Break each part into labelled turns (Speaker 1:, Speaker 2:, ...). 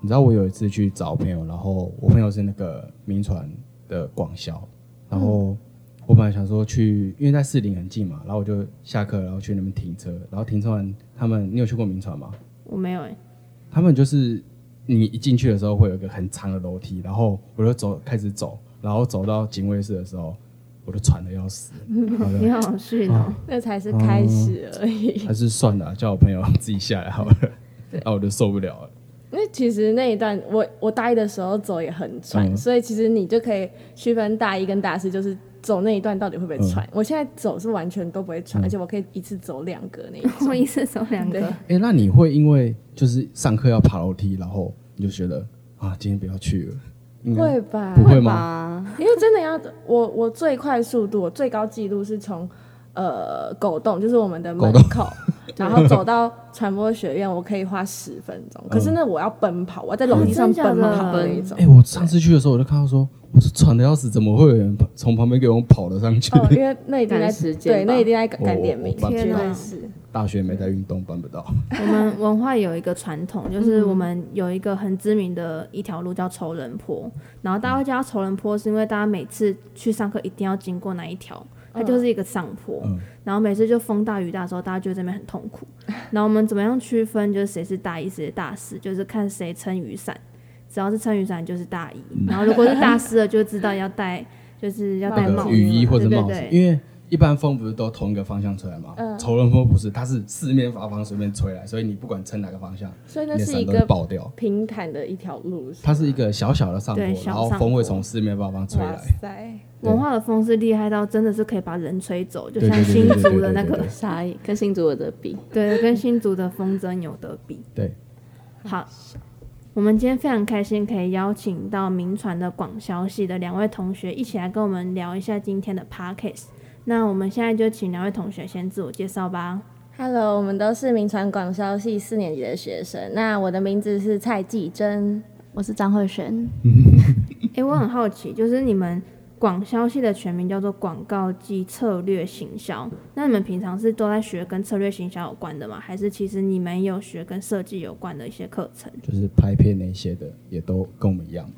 Speaker 1: 你知道我有一次去找朋友，然后我朋友是那个民传的广校，然
Speaker 2: 嗯
Speaker 1: 后我本来想说去，因为在士林很近嘛，然后我就下课然后去那边停车，然后停车完他们，你有去过民传吗？
Speaker 3: 我没有哎、
Speaker 1: 他们就是你一进去的时候会有一个很长的楼梯，然后我就走开始走，然后走到警卫室的时候，我就喘的要死，好
Speaker 3: 你
Speaker 1: 的，
Speaker 3: 好逊哦、
Speaker 2: 那才
Speaker 1: 嗯
Speaker 2: 是开始而已。
Speaker 1: 还是算了，叫我朋友自己下来好了，然后我就受不了了。
Speaker 2: 因为其实那一段我我大一的时候走也很喘，
Speaker 1: 嗯
Speaker 2: 所以其实你就可以区分大一跟大四，就是走那一段到底会不会
Speaker 1: 嗯
Speaker 2: 喘。我现在走是完全都不会喘，而且我可以一次走两个那一种。
Speaker 3: 我一次走两个
Speaker 2: 对，
Speaker 1: 哎、那你会因为就是上课要爬楼梯，然后你就觉得啊，今天不要去了，应该
Speaker 2: 会吧
Speaker 1: 不？会吗？
Speaker 3: 吧？
Speaker 2: 因为真的要我我最快速度，我最高纪录是从呃狗洞，就是我们的门 口，然后走到传播学院，我可以花十分钟。可是那我要奔跑，我在楼梯上
Speaker 3: 哦真的
Speaker 2: 奔
Speaker 3: 假的
Speaker 2: 跑那一种
Speaker 1: 嗯哎、。我上次去的时候，我就看到说，我是喘的要死，怎么会有人跑从旁边给我们跑了上去？
Speaker 2: 哦，因为那一定
Speaker 3: 赶
Speaker 2: 在
Speaker 3: 时间
Speaker 2: 对，
Speaker 3: 吧
Speaker 2: 那一定在
Speaker 1: 我
Speaker 2: 赶点名，
Speaker 1: 我我
Speaker 3: 天啊
Speaker 2: 绝
Speaker 3: 哪
Speaker 2: 对是。
Speaker 1: 大学没在运动，办不到。
Speaker 3: 我们文化有一个传统， 就是我们有一个很知名的一条路叫仇人坡，然后大家会叫它仇人坡，是因为大家每次去上课一定要经过那一条，它就是一个上坡，
Speaker 1: 嗯
Speaker 3: 然后每次就风大雨大的时候，大家就在那边很痛 苦。然后我们怎么样区分就是谁是大一，谁是大四，就是看谁撑雨伞，只要是撑雨伞就是大一，
Speaker 1: 嗯
Speaker 3: 然后如果是大四的就知道要戴，就是要戴
Speaker 1: 那个
Speaker 3: 帽子，
Speaker 1: 雨衣或者
Speaker 3: 对
Speaker 1: 帽
Speaker 3: 对
Speaker 1: 子，
Speaker 3: 对
Speaker 1: 因为一般风不是都同一个方向吹来吗？
Speaker 2: 嗯
Speaker 1: 仇人风不是，它是四面八方随便吹来，所以你不管撑哪个方向，
Speaker 2: 所以
Speaker 1: 你
Speaker 2: 那
Speaker 1: 的
Speaker 2: 是一
Speaker 1: 伞都会
Speaker 2: 个
Speaker 1: 爆掉。
Speaker 2: 平坦的一条路，
Speaker 1: 它是一个小小的上坡
Speaker 3: 对，小
Speaker 1: 然后
Speaker 3: 上
Speaker 1: 风会
Speaker 3: 坡
Speaker 1: 从四面八方吹
Speaker 2: 哇
Speaker 1: 来。
Speaker 2: 塞，
Speaker 3: 文化的风是厉害到真的是可以把人吹走，就
Speaker 1: 对
Speaker 3: 像
Speaker 1: 对对
Speaker 3: 新
Speaker 1: 对对
Speaker 3: 竹
Speaker 1: 对
Speaker 3: 的
Speaker 1: 对
Speaker 3: 那个
Speaker 1: 对
Speaker 4: 傻眼，跟新竹有得比。
Speaker 3: 对，跟新竹的风筝有得比。
Speaker 1: 对，
Speaker 3: 好，我们今天非常开心可以邀请到民传的广消系的两位同学一起来跟我们聊一下今天的 podcast。那我们现在就请两位同学先自我介绍吧。
Speaker 2: Hello，我们都是民传广消系四年级的学生。那我的名字是蔡继珍，
Speaker 4: 我是张慧璇，
Speaker 3: 诶，我很好奇，就是你们广消系的全名叫做广告暨策略行销，那你们平常是都在学跟策略行销有关的吗？还是其实你们也有学跟设计有关的一些课程？
Speaker 1: 就是拍片那些的也都跟我们一样。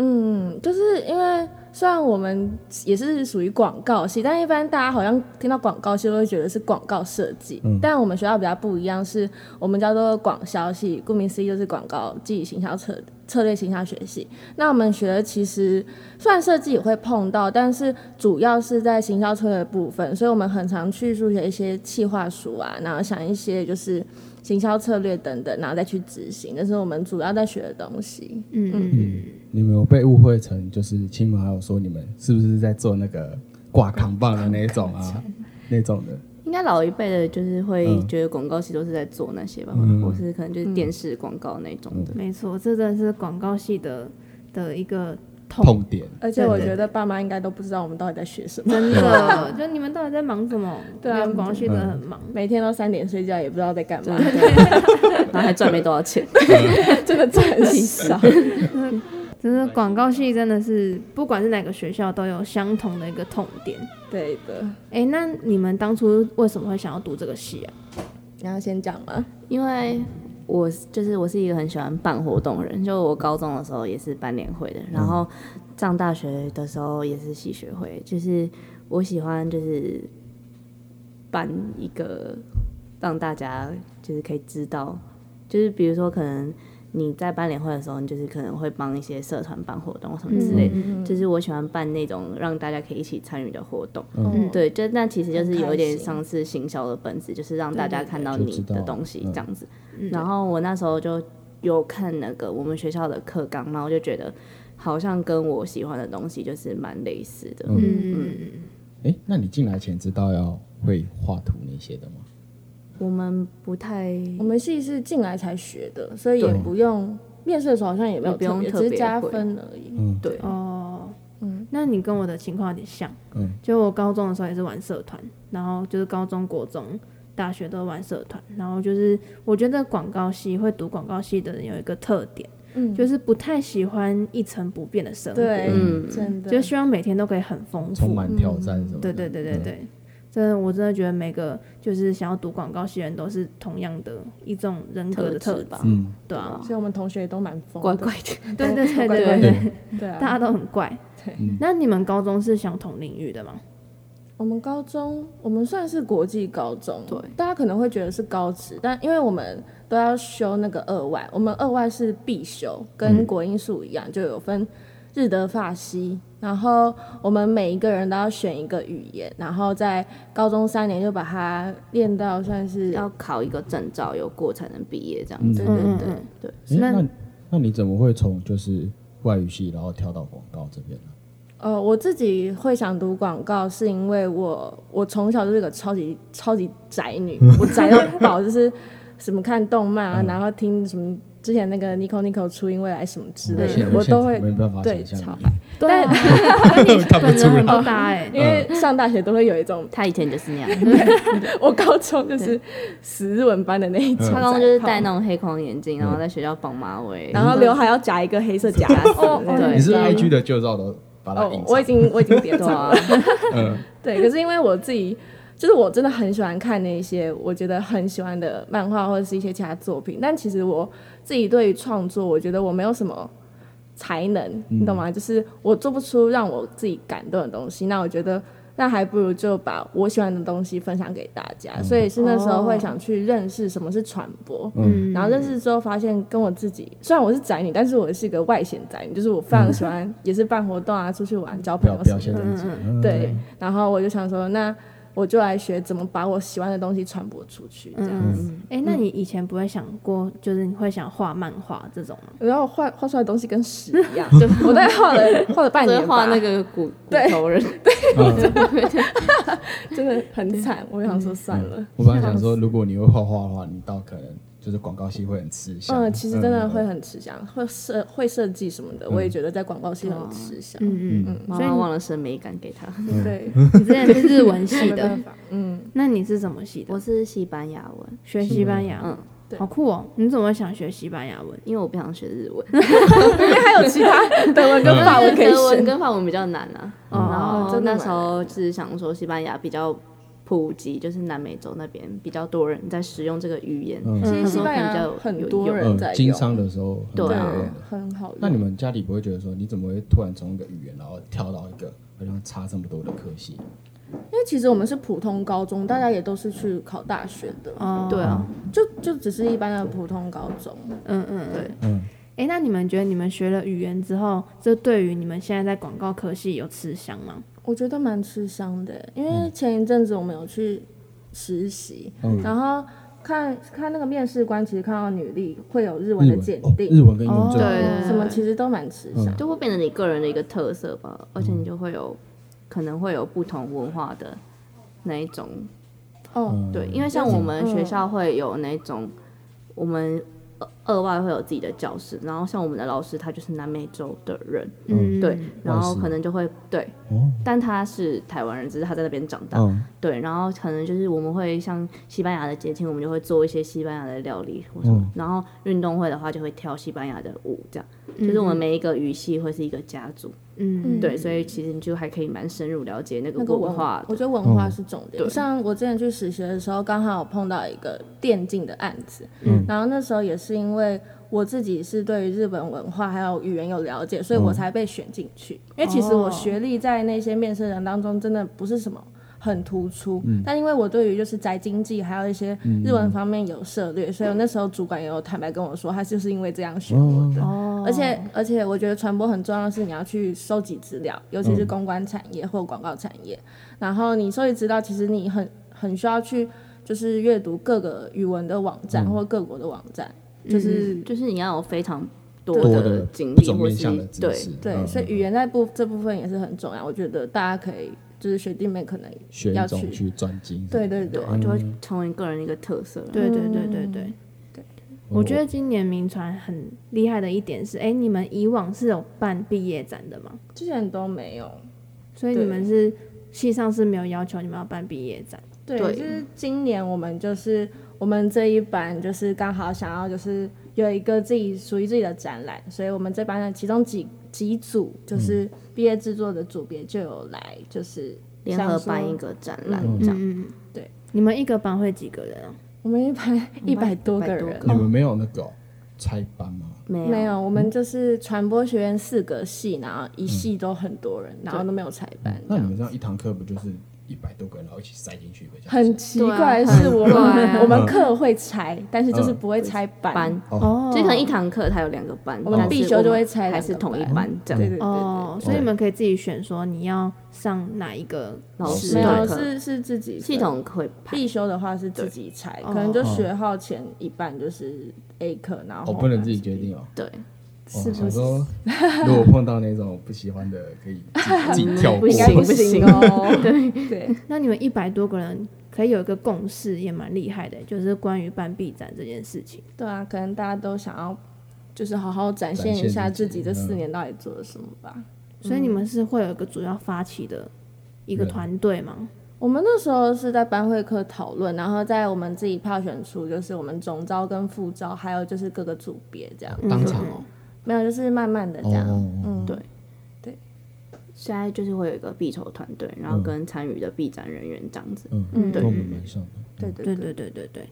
Speaker 2: 嗯，就是因为虽然我们也是属于广告系，但一般大家好像听到广告系都会觉得是广告设计，但我们学校比较不一样，是我们叫做广销系，顾名思义就是广告暨行销策策略行销学系。那我们学的其实虽然设计也会碰到，但是主要是在行销策略的部分，所以我们很常去书写一些企划书啊，然后想一些就是行销策略等等，然后再去执行，这是我们主要在学的东西。
Speaker 3: 嗯嗯嗯，
Speaker 1: 你们有被误会成就是亲朋好友说你们是不是在做那个挂扛棒的那一种 啊，那种的？
Speaker 4: 应该老一辈的就是会
Speaker 1: 嗯
Speaker 4: 觉得广告系都是在做那些吧，
Speaker 1: 嗯
Speaker 4: 或是可能就是电视广告那种的。
Speaker 3: 没错，这真的是广告系的的一个
Speaker 2: 哦
Speaker 3: 痛
Speaker 1: 痛点。
Speaker 2: 而且我觉得爸妈应该都不知道我们到底在学什么，
Speaker 3: 真的，就你们到底在忙什么？
Speaker 2: 对啊
Speaker 3: 因为广告系真的很忙。
Speaker 2: 每天都三点睡觉，也不知道在干
Speaker 4: 对
Speaker 2: 嘛，
Speaker 4: 对，
Speaker 1: 嗯
Speaker 4: 然后还赚没多 少钱，
Speaker 2: 真的赚很少。
Speaker 3: 就是广告系真的是，不管是哪个学校都有相同的一个痛点。
Speaker 2: 对的，
Speaker 3: 哎、那你们当初为什么会想要读这个系啊？
Speaker 2: 然后先讲嘛，
Speaker 4: 因为我是就是我是一个很喜欢办活动的人，就我高中的时候也是办年会的，然后上大学的时候也是系学会，就是我喜欢就是办一个让大家就是可以知道，就是比如说可能你在办年会的时候，你就是可能会帮一些社团办活动什么
Speaker 2: 嗯
Speaker 4: 之类的，嗯就是我喜欢办那种让大家可以一起参与的活动。
Speaker 2: 嗯，
Speaker 4: 对，就那其实就
Speaker 2: 很
Speaker 4: 是有
Speaker 2: 开
Speaker 4: 一点
Speaker 2: 心
Speaker 4: 上次行销的本质，就是让大家看到
Speaker 1: 就
Speaker 4: 你
Speaker 1: 知
Speaker 4: 的
Speaker 1: 道
Speaker 4: 东西
Speaker 1: 嗯
Speaker 4: 这样子。然后我那时候就有看那个我们学校的课纲，然后我就觉得好像跟我喜欢的东西就是蛮类似的。
Speaker 3: 嗯，
Speaker 1: 哎、那你进来前知道要会画图那些的吗？
Speaker 2: 嗯
Speaker 4: 我们不太
Speaker 1: 嗯
Speaker 2: 我们系是进来才学的，所以也不用面试的时候好像也没有
Speaker 4: 也不用
Speaker 2: 别
Speaker 4: 特
Speaker 2: 只是
Speaker 4: 别
Speaker 2: 加分而已。
Speaker 4: 对，
Speaker 3: 哦，那你跟我的情况有点像。
Speaker 1: 嗯
Speaker 3: 就我高中的时候也是玩社团，然后就是高中、国中、大学都玩社团，然后就是我觉得广告系会读广告系的人有一个特点，
Speaker 2: 嗯
Speaker 3: 就是不太喜欢一成不变的生活，
Speaker 2: 对，
Speaker 4: 嗯
Speaker 2: 真的
Speaker 3: 就希望每天都可以很丰
Speaker 1: 充
Speaker 3: 富。
Speaker 1: 满挑战什么的。
Speaker 3: 对对对对对，这真的，我真的觉得每个就是想要读广告系的人都是同样的一种人格的
Speaker 4: 特
Speaker 3: 特
Speaker 4: 质
Speaker 3: 质
Speaker 4: 吧，
Speaker 1: 嗯，
Speaker 3: 对啊，
Speaker 2: 所以我们同学也都蛮疯的，
Speaker 4: 怪怪 的。
Speaker 3: 对对对
Speaker 2: 怪
Speaker 3: 对
Speaker 2: 怪
Speaker 3: 对
Speaker 2: 的
Speaker 3: 对，
Speaker 2: 对啊
Speaker 3: 大。家都很怪。
Speaker 2: 对
Speaker 3: 那你们高中是相同领域的吗？
Speaker 2: 我们高中，我们算是国际高中，
Speaker 4: 对
Speaker 2: 大家可能会觉得是高职，但因为我们都要修那个二外，我们二外是必修，跟国英数一样，就有分日德法西，然后我们每一个人都要选一个语言，然后在高中三年就把它练到算是
Speaker 4: 要考一个证照，有过才能毕业这样子。
Speaker 1: 嗯
Speaker 4: 对
Speaker 3: 嗯
Speaker 4: 对
Speaker 3: 嗯
Speaker 4: 对
Speaker 1: 诶
Speaker 3: 那
Speaker 1: 那那你怎么会从就是外语系，然后跳到广告这边呢？
Speaker 2: 呃，我自己会想读广告，是因为我我从小就是个超级超级宅 女，我宅到爆，就是什么看动漫
Speaker 1: 嗯
Speaker 2: 啊，然后听什么之前那个 Nico Nico 初音未来什么之类
Speaker 1: 嗯现
Speaker 2: 的
Speaker 1: 在，
Speaker 2: 我都
Speaker 1: 现在
Speaker 2: 会
Speaker 1: 没办法
Speaker 2: 对
Speaker 1: 想
Speaker 2: 超
Speaker 1: 象，
Speaker 2: 爱，
Speaker 3: 对啊，
Speaker 1: 看不
Speaker 3: 本
Speaker 1: 出
Speaker 3: 人很
Speaker 1: 来。
Speaker 3: 不搭哎，
Speaker 2: 因
Speaker 1: 嗯
Speaker 2: 为上大学都会有一种，
Speaker 4: 他以前就是那样，
Speaker 2: 我高中就是死日文班的那一
Speaker 1: 嗯
Speaker 2: 种宅炮，
Speaker 4: 他刚刚就 是戴那种黑嗯框眼镜，然后在学校绑马尾，
Speaker 2: 然后刘海要夹一个黑色夹子，
Speaker 4: 哦哦
Speaker 1: 你
Speaker 2: 对，
Speaker 1: 是
Speaker 4: 对
Speaker 1: IG 的旧照都把它
Speaker 2: 哦
Speaker 1: 隐，
Speaker 2: 我已
Speaker 1: 藏，
Speaker 2: 经我已经点
Speaker 4: 对
Speaker 2: 错了
Speaker 4: 啊。，
Speaker 1: 嗯，
Speaker 2: 对，可是因为我自己，就是我真的很喜欢看那些我觉得很喜欢的漫画或者是一些其他作品，但其实我自己对于创作，我觉得我没有什么才能，你
Speaker 1: 嗯
Speaker 2: 懂吗？就是我做不出让我自己感动的东西，那我觉得。那还不如就把我喜欢的东西分享给大家，
Speaker 1: 嗯
Speaker 2: 所以是那时候会想去认识什么是传播，
Speaker 3: 嗯，
Speaker 2: 然后认识之后发现跟我自己，虽然我是宅女，但是我是一个外显宅女，就是我非常喜欢，也是办活动啊，出去玩、交朋
Speaker 1: 嗯表
Speaker 2: 友什么
Speaker 1: 表现
Speaker 2: 的。
Speaker 1: 自己，嗯
Speaker 2: 对，，然后我就想说，那我就来学怎么把我喜欢的东西传播出去，这样。
Speaker 3: 嗯， 哎，那你以前不会想过，就是你会想画漫画这种吗？
Speaker 2: 然后画画出来的东西跟 屎 一样，就我大概画了画了半
Speaker 4: 只
Speaker 2: 年
Speaker 4: 会画
Speaker 2: 吧，
Speaker 4: 那个骨骨
Speaker 2: 对
Speaker 4: 头人，
Speaker 1: 嗯
Speaker 2: 真的很惨。我想
Speaker 3: 嗯
Speaker 2: 说算了，
Speaker 1: 我本来想说，如果你会画画的话，你到可能就是广告系会很吃香。
Speaker 2: 嗯，其实真的会
Speaker 1: 嗯
Speaker 2: 很吃香，会设会设计什么
Speaker 4: 嗯
Speaker 2: 的，我也觉得在广告系很吃香。
Speaker 3: 嗯嗯
Speaker 4: 妈
Speaker 3: 所以
Speaker 4: 妈
Speaker 3: 你
Speaker 4: 忘了生美感 给他。
Speaker 1: 嗯
Speaker 2: 对，
Speaker 3: 你之前是日文系
Speaker 2: 没
Speaker 3: 的
Speaker 2: 办，法，嗯，
Speaker 3: 那你是什么系的
Speaker 4: 我？是西班牙文，
Speaker 3: 学西班牙文
Speaker 4: 嗯，
Speaker 2: 对
Speaker 3: 好酷哦！你怎么会想学西班牙文？
Speaker 4: 因为我不想学日文，
Speaker 3: 嗯
Speaker 1: 嗯
Speaker 2: 因为还有其他德文跟法文可以
Speaker 4: 德文
Speaker 2: 选。
Speaker 4: 跟法文比较难啊。
Speaker 3: 哦
Speaker 4: 然后
Speaker 2: 真的
Speaker 4: 那
Speaker 2: 吗
Speaker 4: 时候就是想说西班牙比较普及，就是南美洲那边比较多人在使用这个语言，
Speaker 1: 嗯
Speaker 2: 其实
Speaker 4: 那时
Speaker 2: 西
Speaker 4: 候
Speaker 2: 班
Speaker 4: 可能比较
Speaker 2: 牙
Speaker 4: 有
Speaker 2: 很
Speaker 4: 有
Speaker 2: 多
Speaker 4: 用
Speaker 2: 人在
Speaker 1: 嗯，经
Speaker 2: 用，
Speaker 1: 商的时候很
Speaker 4: 对
Speaker 1: 多
Speaker 2: 对
Speaker 1: 人
Speaker 4: 啊
Speaker 1: 用的。，
Speaker 2: 很好用。
Speaker 1: 那你们家里不会觉得说，你怎么会突然从一个语言，然后跳到一个好像差这么多的科系？
Speaker 2: 因为其实我们是普通高中，大家也都是去考大学的，
Speaker 1: 嗯
Speaker 3: 哦，
Speaker 4: 对啊，
Speaker 2: 就就只是一般的普通高中。
Speaker 3: 嗯嗯对。
Speaker 1: 嗯，
Speaker 3: 哎，那你们觉得你们学了语言之后，这对于你们现在在广告科系有吃香吗？
Speaker 2: 我觉得蛮吃香的，因为前一阵子我们有去实习，
Speaker 1: 嗯
Speaker 2: 然后看看那个面试官，其实看到履历会有日
Speaker 1: 日
Speaker 2: 文的
Speaker 1: 文
Speaker 2: 检
Speaker 1: 哦，
Speaker 2: 定，
Speaker 1: 日文跟嗯英文
Speaker 3: 哦
Speaker 1: 最好
Speaker 4: 对
Speaker 1: 用。
Speaker 4: 对
Speaker 2: 什么其实都蛮吃香。
Speaker 4: 就会变成你个人的一个特色吧，
Speaker 3: 嗯
Speaker 4: 而且你就会有可能会有不同文化的那一种，
Speaker 2: 哦，
Speaker 1: 嗯
Speaker 4: 对，因为像我们学校会有那种，我们二二外会有自己的教室，然后像我们的老师他就是南美洲的人，
Speaker 3: 嗯，
Speaker 4: 对，然后
Speaker 1: 哦是
Speaker 4: 可能就会对，
Speaker 1: 哦，
Speaker 4: 但他是台湾人，只是他在那边长大，
Speaker 1: 嗯，
Speaker 4: 对，然后可能就是我们会像西班牙的节庆，我们就会做一些西班牙的料理或什么，
Speaker 1: 嗯
Speaker 4: 然后运动会的话就会跳西班牙的舞，这样，就是我
Speaker 1: 嗯
Speaker 4: 们每一个语系会是一个家族，
Speaker 3: 嗯，嗯，
Speaker 4: 对，所以其实你就还可以蛮深入了解那个
Speaker 2: 那个
Speaker 4: 文
Speaker 2: 文
Speaker 4: 化
Speaker 2: 化，我
Speaker 4: 的。
Speaker 2: 觉得文
Speaker 1: 嗯
Speaker 2: 化是重点。
Speaker 4: 对
Speaker 2: 像我之前去实习的时候，刚好有碰到一个电竞的案子，
Speaker 1: 嗯
Speaker 2: 然后那时候也是因为我自己是对于日本文化还有语言有了解，所
Speaker 1: 嗯
Speaker 2: 以我才被选进去。因为其实
Speaker 4: 哦
Speaker 2: 我学历在那些面试人当中真的不是什么。很突出，
Speaker 1: 嗯
Speaker 2: 但因为我对于就是宅经济还有一些日文方面有涉猎，所以我那时候主管也有坦白跟我说，他就是因为这样选我的。
Speaker 3: 哦，
Speaker 2: 而且而且，我觉得传播很重要的是你要去收集资料，尤其是公关产业或广告产业。然后你收集资料，其实你很很需要去就是阅读各个语文的网站或各国的网站，
Speaker 3: 嗯
Speaker 2: 就是。
Speaker 4: 就是你要有非常
Speaker 1: 多
Speaker 4: 的
Speaker 1: 的
Speaker 4: 经
Speaker 1: 不
Speaker 4: 历，
Speaker 1: 同
Speaker 4: 或
Speaker 1: 面向的
Speaker 4: 是
Speaker 1: 知
Speaker 4: 对
Speaker 1: 识，
Speaker 2: 对，
Speaker 1: 嗯
Speaker 2: 所以语言在部这部分也是很重要。我觉得大家可以就是学弟妹可能
Speaker 1: 嗯学一
Speaker 2: 要
Speaker 1: 种
Speaker 2: 去
Speaker 1: 去专精。
Speaker 2: 对对对，
Speaker 1: 嗯
Speaker 4: 就会成为个人的一个特色。
Speaker 3: 对对对对对。我
Speaker 1: 哦
Speaker 3: 觉得今年名传很厉害的一点是，哎，你们以往是有办毕业展的吗？
Speaker 2: 之前都没有。
Speaker 3: 所以你们是系上是没有要求你们要办毕业展，
Speaker 2: 对，
Speaker 4: 对
Speaker 2: 就是今年我们就是我们这一班就是刚好想要就是有一个自己属于自己的展览，所以我们这班的其中几几组就是毕业制作的组别就有来就是
Speaker 4: 联合办一个展览这样。
Speaker 3: 嗯嗯，
Speaker 2: 对。
Speaker 3: 你们一个班会几个人啊？
Speaker 2: 我们一班一百多个人
Speaker 1: 你
Speaker 4: 100，
Speaker 1: 们没有那个哦拆班吗？
Speaker 4: 没有，
Speaker 2: 没有，我们就是传播学院四个系，然后一系都很多人，然后都没有裁班，这
Speaker 1: 嗯那你
Speaker 2: 样
Speaker 1: 们这样一堂课不就是一百多个人，然后一起塞进去一个教室？
Speaker 2: 很奇
Speaker 3: 对啊
Speaker 2: 怪的是，
Speaker 3: 很
Speaker 2: 我
Speaker 3: 怪啊
Speaker 2: 们我们课会拆，但是就是不会拆
Speaker 4: 班，
Speaker 3: 哦
Speaker 4: 所以可能一堂课它有两个班，
Speaker 2: 我们
Speaker 4: 但是
Speaker 2: 必修就会拆
Speaker 4: 还是
Speaker 2: 两个
Speaker 4: 同一
Speaker 2: 班
Speaker 4: 班这
Speaker 2: 对
Speaker 4: 样。
Speaker 2: 对对对，
Speaker 3: 哦，所以你们可以自己选说你要上哪一个
Speaker 4: 老
Speaker 1: 师
Speaker 2: 没
Speaker 4: 对
Speaker 2: 有
Speaker 4: 可能
Speaker 2: 是是自己的
Speaker 4: 系统会派，
Speaker 2: 必修的话是自己裁，
Speaker 3: 哦
Speaker 2: 可能就学号前一半就是 A 课，然后
Speaker 1: 我不能自己决定哦。
Speaker 4: 对，
Speaker 2: 是
Speaker 1: 哦
Speaker 2: 不
Speaker 1: 想
Speaker 2: 是？
Speaker 1: 说，如果碰到那种不喜欢的，可以自己自己跳
Speaker 4: 不
Speaker 1: 过。
Speaker 2: 应该
Speaker 4: 行
Speaker 2: 不
Speaker 4: 不行
Speaker 2: 行 哦。 对 对，
Speaker 3: 那你们一百多个人可以有一个共识，也蛮厉害的，就是关于办 B 展这件事情。
Speaker 2: 对啊，可能大家都想要就是好好展现一下自己这四年到底做了什么吧。
Speaker 1: 嗯
Speaker 3: 所以你们是会有一个主要发起的一个
Speaker 1: 对
Speaker 3: 团队吗？
Speaker 2: 我们那时候是在班会课讨论，然后在我们自己票选出，就是我们总招跟副招，还有就是各个组别这样，
Speaker 1: 当场哦，
Speaker 2: 没有就是慢慢嗯的这样。
Speaker 1: 哦，
Speaker 2: 嗯，
Speaker 4: 对现在就是会有一个必筹团队，然后跟参与的必展人员这样子。
Speaker 1: 嗯
Speaker 2: 嗯
Speaker 1: 嗯，跟我们蛮像的。
Speaker 2: 对对
Speaker 3: 对对对对对。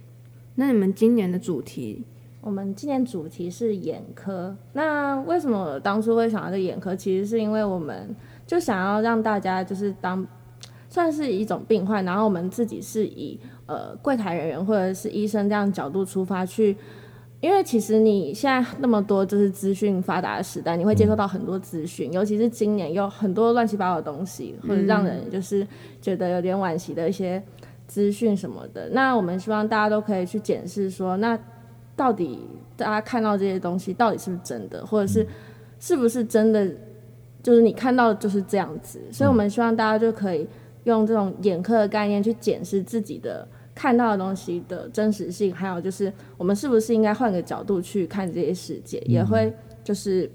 Speaker 3: 那你们今年的主题，
Speaker 2: 我们今年主题是眼科。那为什么我当初会想要这眼科？其实是因为我们就想要让大家就是当算是一种病患，然后我们自己是以呃柜台人员或者是医生这样角度出发去。因为其实你现在那么多就是资讯发达的时代，你会接受到很多资讯，尤其是今年有很多乱七八糟的东西，或者让人就是觉得有点惋惜的一些资讯什么的。那我们希望大家都可以去检视说，那到底大家看到这些东西到底是不是真的，或者是是不是真的，就是你看到的就是这样子。所以我们希望大家就可以用这种眼科的概念去检视自己的看到的东西的真实性，还有就是我们是不是应该换个角度去看这些世界，也会就是。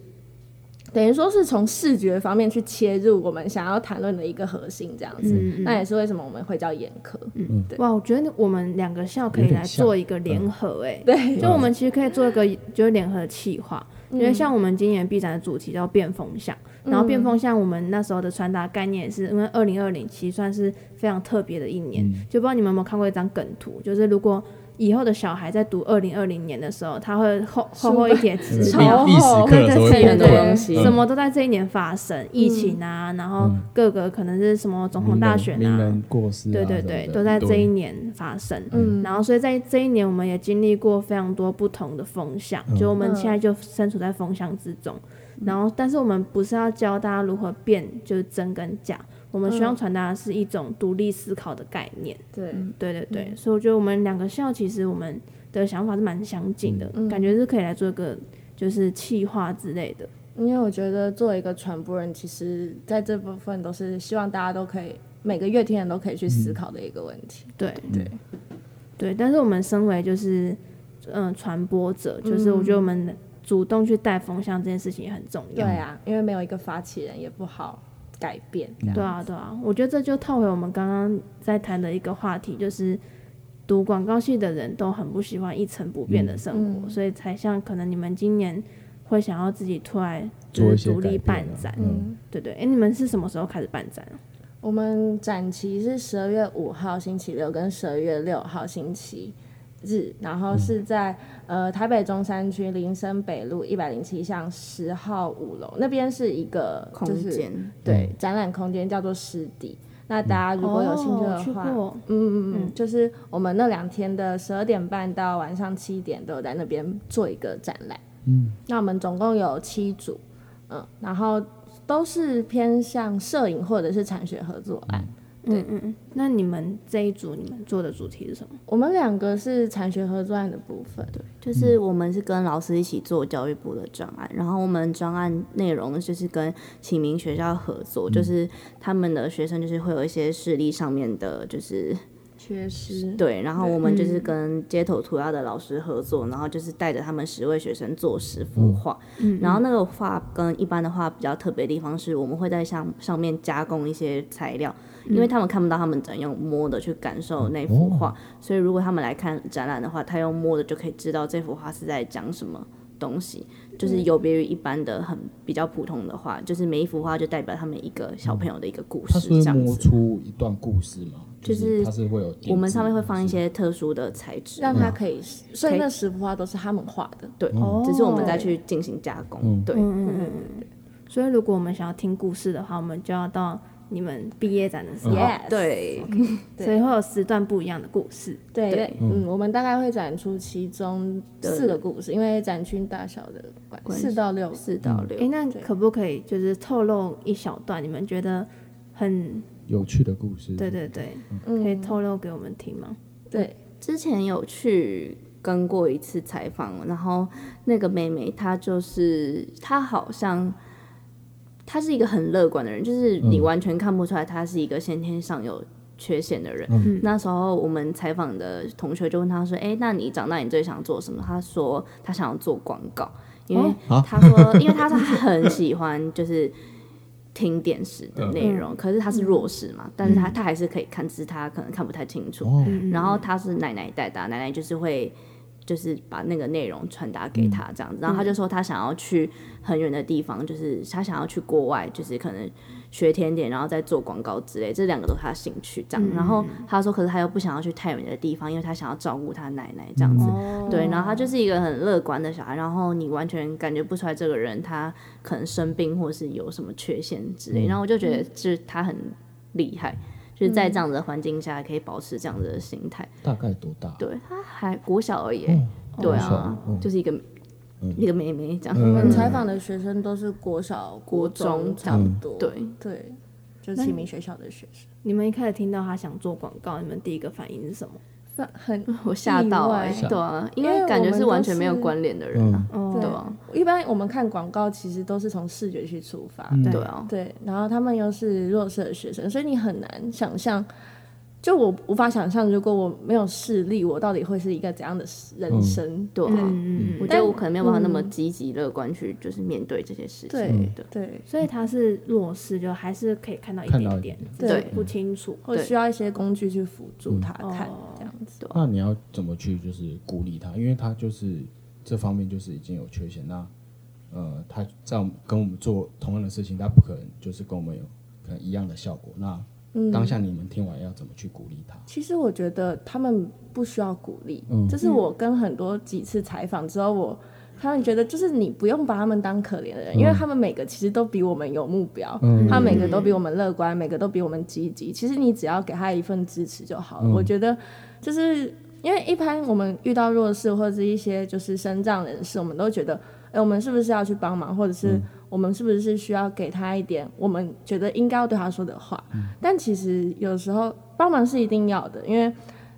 Speaker 2: 等于说是从视觉方面去切入我们想要谈论的一个核心，这样子。
Speaker 3: 嗯
Speaker 2: 那也是为什么我们会叫眼科。
Speaker 4: 嗯
Speaker 2: 对
Speaker 3: 哇，我觉得我们两个校可以来做一个
Speaker 1: 嗯
Speaker 3: 联合、欸，
Speaker 2: 对
Speaker 3: 就我们其实可以做一个就是联合企划，
Speaker 2: 嗯
Speaker 3: 因为像我们今年 B 展的主题叫变风向，然后变风向我们那时候的穿搭概念也是因为二零二零其实算是非常特别的一年，
Speaker 1: 嗯
Speaker 3: 就不知道你们有没有看过一张梗图，就是如果以后的小孩在读二零二零年的时候，他会厚厚厚一叠纸
Speaker 1: 历
Speaker 2: 超
Speaker 1: 历史
Speaker 2: 厚
Speaker 1: 课的时候嗯会
Speaker 3: 对对
Speaker 1: 崩
Speaker 4: 很多
Speaker 3: 对
Speaker 1: 溃
Speaker 4: 东
Speaker 3: 对，
Speaker 4: 西
Speaker 3: 什么都在这一年发生，疫情
Speaker 2: 嗯
Speaker 3: 啊，然后各个可能是什么总统大选
Speaker 1: 名
Speaker 3: 啊
Speaker 1: 人，过世啊，
Speaker 3: 对对对，都在这一年发生。
Speaker 2: 嗯
Speaker 3: 然后，所以在这一年，我们也经历过非常多不同的风向，就我
Speaker 2: 嗯
Speaker 3: 们现在就身处在风向之中。然后，但是我们不是要教大家如何辨就是真跟假，我们
Speaker 2: 嗯
Speaker 3: 希望传达的是一种独立思考的概念。
Speaker 2: 对，
Speaker 4: 嗯
Speaker 3: 对对
Speaker 2: 嗯
Speaker 3: 对，所以我觉得我们两个校其实我们的想法是蛮相近的，
Speaker 2: 嗯
Speaker 3: 感觉是可以来做一个就是企划之类的。
Speaker 2: 因为我觉得作为一个传播人，其实在这部分都是希望大家都可以每个乐听人都可以去
Speaker 4: 嗯
Speaker 2: 思考的一个问题。
Speaker 3: 对
Speaker 1: 对
Speaker 3: 对，但是我们身为就是嗯传播者，就是我觉得我们主动去带风向这件事情也很重
Speaker 2: 嗯对
Speaker 3: 要。
Speaker 2: 啊，因为没有一个发起人也不好改变
Speaker 4: 嗯
Speaker 2: 这样。
Speaker 3: 对啊，对啊，我觉得这就套回我们刚刚在谈的一个话题，就是读广告系的人都很不喜欢一成不变的生活，
Speaker 2: 嗯
Speaker 3: 所以才像可能你们今年会想要自己出来
Speaker 1: 做
Speaker 3: 就
Speaker 1: 一
Speaker 3: 是
Speaker 1: 些
Speaker 3: 独立办
Speaker 1: 改变啊
Speaker 3: 展，
Speaker 1: 嗯
Speaker 3: 对对。哎，你们是什么时候开始办展啊？
Speaker 2: 我们展期是十二月五号星期六跟十二月六号星期日，然后
Speaker 4: 嗯
Speaker 2: 是在、呃台北中山区林森北路一百零七巷十号五楼，那边是一个
Speaker 4: 空
Speaker 2: 就是
Speaker 4: 间
Speaker 2: 对
Speaker 1: 嗯
Speaker 2: 展览空间叫做湿地。那大家如果有兴趣
Speaker 3: 哦
Speaker 2: 的
Speaker 3: 去
Speaker 2: 话，
Speaker 3: 过
Speaker 2: 嗯嗯嗯，就是我们那两天的十二点半到晚上七点都有在那边做一个展览。嗯，那我们总共有七组，嗯，然后都是偏向摄影或者是产学合作案。
Speaker 3: 嗯嗯嗯。那你们这一组你们做的主题是什么？
Speaker 2: 我们两个是产学合作案的部分，对，
Speaker 4: 就是我们是跟老师一起做教育部的专案，然后我们专案内容就是跟启明学校合作，就是他们的学生就是会有一些视力上面的，就是
Speaker 2: 缺失，
Speaker 4: 对，然后我们就是
Speaker 3: 嗯
Speaker 4: 跟街头涂鸦的老师合作，然后就是带着他们十位学生做十
Speaker 1: 嗯
Speaker 4: 幅画，嗯然后那个画跟一般的画比较特别的地方是，我们会在上上面加工一些材料，因
Speaker 1: 嗯
Speaker 4: 为他们看不到，他们只能用摸的去感受那幅
Speaker 1: 哦
Speaker 4: 画，所以如果他们来看展览的话，他用摸的就可以知道这幅画是在讲什么。东西，
Speaker 1: 嗯
Speaker 4: 就是有别于一般的很比较普通的画，就是每一幅画就代表他们一个小朋友的一个故
Speaker 1: 嗯它
Speaker 4: 事
Speaker 1: 是
Speaker 4: 这
Speaker 1: 会
Speaker 4: 样
Speaker 1: 摸
Speaker 4: 子。
Speaker 1: 出一段故事嘛，
Speaker 4: 就是
Speaker 1: 它是会有
Speaker 4: 我们上面会放一些特殊的材质，
Speaker 2: 让他可以，所以
Speaker 4: 可以
Speaker 2: 那十幅画都是他们画的。
Speaker 4: 对，
Speaker 2: 哦
Speaker 4: 只是我们再去进行加工。对，
Speaker 3: 嗯嗯嗯嗯。所以如果我们想要听故事的话，我们就要到你们毕业展的
Speaker 4: 嗯
Speaker 3: 时候，
Speaker 2: Yes，
Speaker 4: 对，
Speaker 2: 对
Speaker 3: 所以会有十段不一样的故事。
Speaker 2: 对
Speaker 4: 对
Speaker 2: 嗯，我们大概会展出其中四个故事，因为展区大小的关
Speaker 4: 关系
Speaker 2: 四到六。
Speaker 4: 四到六
Speaker 3: 哎、。那可不可以就是透露一小段你们觉得
Speaker 4: 嗯
Speaker 3: 很
Speaker 1: 有趣的故事。
Speaker 3: 对对对，
Speaker 2: 嗯
Speaker 3: 可以透露给我们听吗？
Speaker 2: 对，
Speaker 4: 之前有去跟过一次采访，然后那个妹妹她就是她好像她是一个很乐观的人，就是你完全看不出来她是一个先天上有。缺陷的人，那时候我们采访的同学就问她说：“哎、那你长大你最想做什么？”她说她想要做广告，因为她说，因为她是很喜欢就是听电视的内容，可是她是弱势嘛，但是她她还是可以看，只是她可能看不太清楚。
Speaker 1: 哦，
Speaker 4: 然后他是奶奶带大，奶奶就是会就是把那个内容传达给他这样子，然后他就说他想要去很远的地方，就是他想要去国外，就是可能学甜点，然后再做广告之类，这两个都是他的兴趣这样。然后他说，可是他又不想要去太远的地方，因为他想要照顾他奶奶这样子。对，然后他就是一个很乐观的小孩，然后你完全感觉不出来这个人他可能生病或是有什么缺陷之类，然后我就觉得就是他很厉害，就是
Speaker 1: 嗯
Speaker 4: 在这样子的环境下可以保持这样子的心态。
Speaker 1: 大概多大？
Speaker 4: 对，他还国小而已，
Speaker 1: 哦，
Speaker 4: 对
Speaker 1: 国小
Speaker 4: 啊，
Speaker 1: 嗯
Speaker 4: 就是一个一个妹妹这样。
Speaker 2: 我们采访的学生都是国小、国中
Speaker 4: 中
Speaker 2: 差不多。
Speaker 4: 对
Speaker 2: 对，就是启明学校的学生。
Speaker 3: 你们一开始听到他想做广告，你们第一个反应是什么？
Speaker 2: 算很
Speaker 4: 我吓到
Speaker 2: 意
Speaker 4: 哎、
Speaker 2: 外
Speaker 4: 对啊，因
Speaker 2: 因为
Speaker 4: 为感
Speaker 2: 我
Speaker 4: 觉
Speaker 2: 们
Speaker 4: 是完
Speaker 2: 都
Speaker 4: 全没有
Speaker 2: 是
Speaker 4: 关联的人
Speaker 1: 嗯
Speaker 4: 啊，
Speaker 3: 哦
Speaker 4: 对啊，
Speaker 2: 一般我们看广告其实都是从视觉去出发，
Speaker 1: 嗯
Speaker 3: 对
Speaker 4: 对啊，
Speaker 2: 对，然后他们又是弱势的学生，所以你很难想象，就我无法想象，如果我没有视力，我到底会是一个怎样的人生？
Speaker 4: 对啊，
Speaker 3: 嗯嗯嗯。
Speaker 4: 我觉得我可能没有办法那么积极乐观去就是面对这些事情，
Speaker 2: 嗯对
Speaker 4: 对
Speaker 2: 对，
Speaker 3: 所以他是弱势，就还是可以看到一
Speaker 1: 看到
Speaker 3: 点
Speaker 1: 一
Speaker 3: 点，
Speaker 2: 点
Speaker 3: 只是
Speaker 4: 对
Speaker 3: 不清楚。
Speaker 2: 或
Speaker 4: 嗯对
Speaker 2: 需要一些工具去辅助他看、这样子。
Speaker 4: 啊
Speaker 1: 那你要怎么去就是鼓励他？因为他就是这方面就是已经有缺陷，那呃，他在我们跟我们做同样的事情，他不可能就是跟我们有可能一样的效果。那
Speaker 2: 嗯
Speaker 1: 当下你们听完要怎么去鼓励他？
Speaker 2: 其实我觉得他们不需要鼓励，这是我跟很多几次采访之后，我他们觉得就是你不用把他们当可怜的人，因为他们每个其实都比我们有目标，他每个都比我们乐观，每个都比我们积极。其实你只要给他一份支持就好了。我觉得就是因为一般我们遇到弱势或者是一些就是身障人士，我们都觉得，哎、我们是不是要去帮忙，或者是我们是不是需要给他一点我们觉得应该要对他说的话？但其实有时候帮忙是一定要的，因为。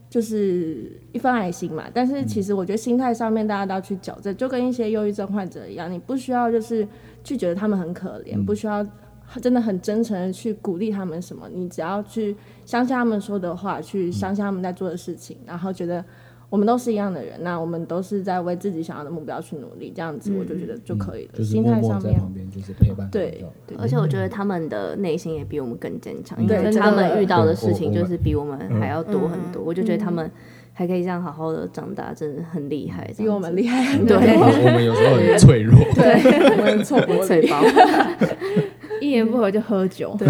Speaker 2: 就是一份爱心嘛，但是其实我觉得心态上面大家都要去矫正，就跟一些忧郁症患者一样，你不需要就是去觉得他们很可怜，
Speaker 1: 嗯
Speaker 2: 不需要真的很真诚的去鼓励他们什么，你只要去相信他们说的话，去相信他们在做的事情，
Speaker 1: 嗯
Speaker 2: 然后觉得我们都是一样的人，那我们都是在为自己想要的目标去努力，这样子我就觉得就可以了。
Speaker 1: 嗯就是
Speaker 2: 心
Speaker 1: 默
Speaker 2: 态
Speaker 1: 默
Speaker 2: 上
Speaker 1: 在
Speaker 2: 面，
Speaker 1: 旁边就是陪伴他们
Speaker 2: 对
Speaker 1: 就好。
Speaker 2: 对
Speaker 4: 而且我觉得他们的内心也比我们更坚强，
Speaker 1: 嗯
Speaker 4: 因
Speaker 2: 对
Speaker 4: 为
Speaker 2: 真的
Speaker 4: 他们遇到的
Speaker 1: 对
Speaker 4: 事
Speaker 1: 我
Speaker 4: 情
Speaker 1: 我嗯
Speaker 4: 就
Speaker 1: 们
Speaker 4: 是比我们还要多
Speaker 2: 嗯
Speaker 4: 很多。我就觉得他们还可以这样好好的长大，真的很厉害，
Speaker 2: 比我们厉害，
Speaker 4: 对
Speaker 1: 我们有时候很脆弱，
Speaker 2: 对，我们错过
Speaker 4: 害，嘴包。
Speaker 3: 一言不合就喝酒，
Speaker 4: 嗯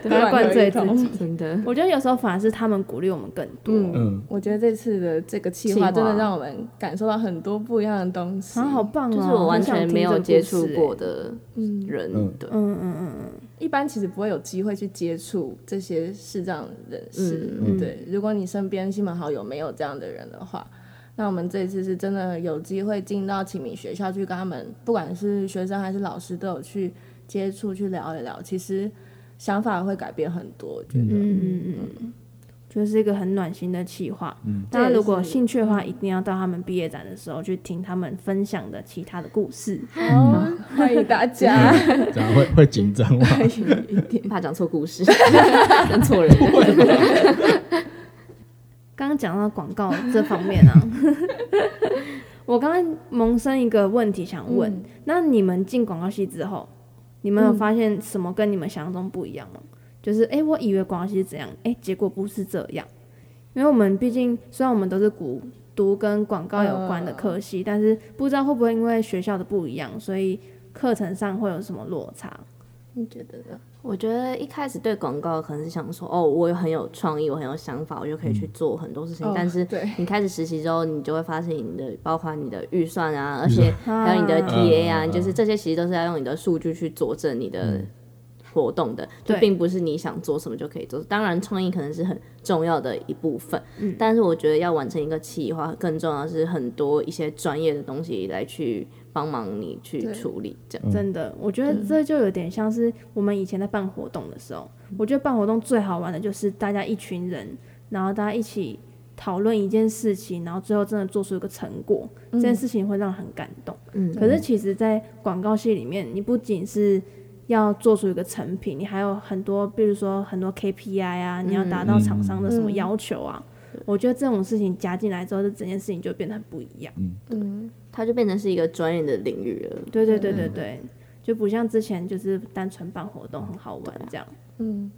Speaker 2: 不
Speaker 3: 要灌醉自己。
Speaker 4: 真的，
Speaker 3: 我觉得有时候反而是他们鼓励我们更多。
Speaker 2: 嗯
Speaker 1: 嗯
Speaker 2: 我觉得这次的这个计
Speaker 4: 企
Speaker 2: 划
Speaker 4: 划
Speaker 2: 真的让我们感受到很多不一样的东西。
Speaker 3: 啊，好棒哦！
Speaker 4: 就是我完
Speaker 3: 很
Speaker 4: 全
Speaker 3: 想
Speaker 4: 没有
Speaker 3: 听这
Speaker 4: 接
Speaker 3: 个
Speaker 4: 触
Speaker 3: 故事
Speaker 4: 过
Speaker 3: 欸。
Speaker 4: 的人，对，
Speaker 3: 嗯嗯嗯嗯，
Speaker 2: 一般其实不会有机会去接触这些视障人士。
Speaker 3: 嗯
Speaker 2: 对，如果你身边亲朋好友没有这样的人的话，那我们这一次是真的有机会进到启明学校去跟他们，不管是学生还是老师，都有去接触去聊一聊。其实想法会改变很多，我觉得。
Speaker 3: 嗯就是一个很暖心的企划。大家
Speaker 2: 这也
Speaker 3: 如果有
Speaker 2: 是
Speaker 3: 兴趣的话，一定要到他们毕业展的时候去听他们分享的其他的故事。
Speaker 2: 好，欢迎大家。
Speaker 3: 嗯
Speaker 1: 这样会会紧张吗？
Speaker 4: 怕讲错 故事，讲错人。
Speaker 3: 刚刚讲到广告这方面啊，我刚刚萌生一个问题想问：那你们进广告系之后，你们有发现什么跟你们想象中不一样吗？就是诶，我以为广告系是怎样，诶，结果不是这样。因为我们毕竟虽然我们都是读读跟广告有关的科系，但是不知道会不会因为学校的不一样，所以课程上会有什么落差？
Speaker 2: 你觉得呢？
Speaker 4: 我觉得一开始对广告可能是想说，哦，我有很有创意，我很有想法，我就可以
Speaker 3: 嗯
Speaker 4: 去做很多事情。
Speaker 2: 哦
Speaker 4: 但是
Speaker 2: 对
Speaker 4: 你开始实习之后，你就会发现你的包括你的预算啊，而且还有你的 TA 啊，
Speaker 1: 嗯嗯嗯嗯嗯
Speaker 4: 就是这些其实都是要用你的数据去佐证你的活动的，就
Speaker 3: 对
Speaker 4: 并不是你想做什么就可以做。当然，创意可能是很重要的一部分，
Speaker 2: 嗯
Speaker 4: 但是我觉得要完成一个企划，更重要的是很多一些专业的东西来去帮忙你去
Speaker 2: 对
Speaker 4: 处理这样。
Speaker 3: 真的，我觉得这就有点像是我们以前在办活动的时候，我觉得办活动最好玩的就是大家一群人，然后大家一起讨论一件事情，然后最后真的做出一个成果，这件事情会让人很感动。
Speaker 4: 嗯
Speaker 3: 可是其实，在广告系里面，你不仅是要做出一个成品，你还有很多，比如说很多 KPI 啊，你要达到厂商的什么要求啊。我觉得这种事情加进来之后，这整件事情就变得很不一样。
Speaker 2: 嗯，
Speaker 4: 它就变成是一个专业的领域 了。
Speaker 3: 对对对对对，就不像之前就是单纯办活动很好玩这样。
Speaker 2: 嗯，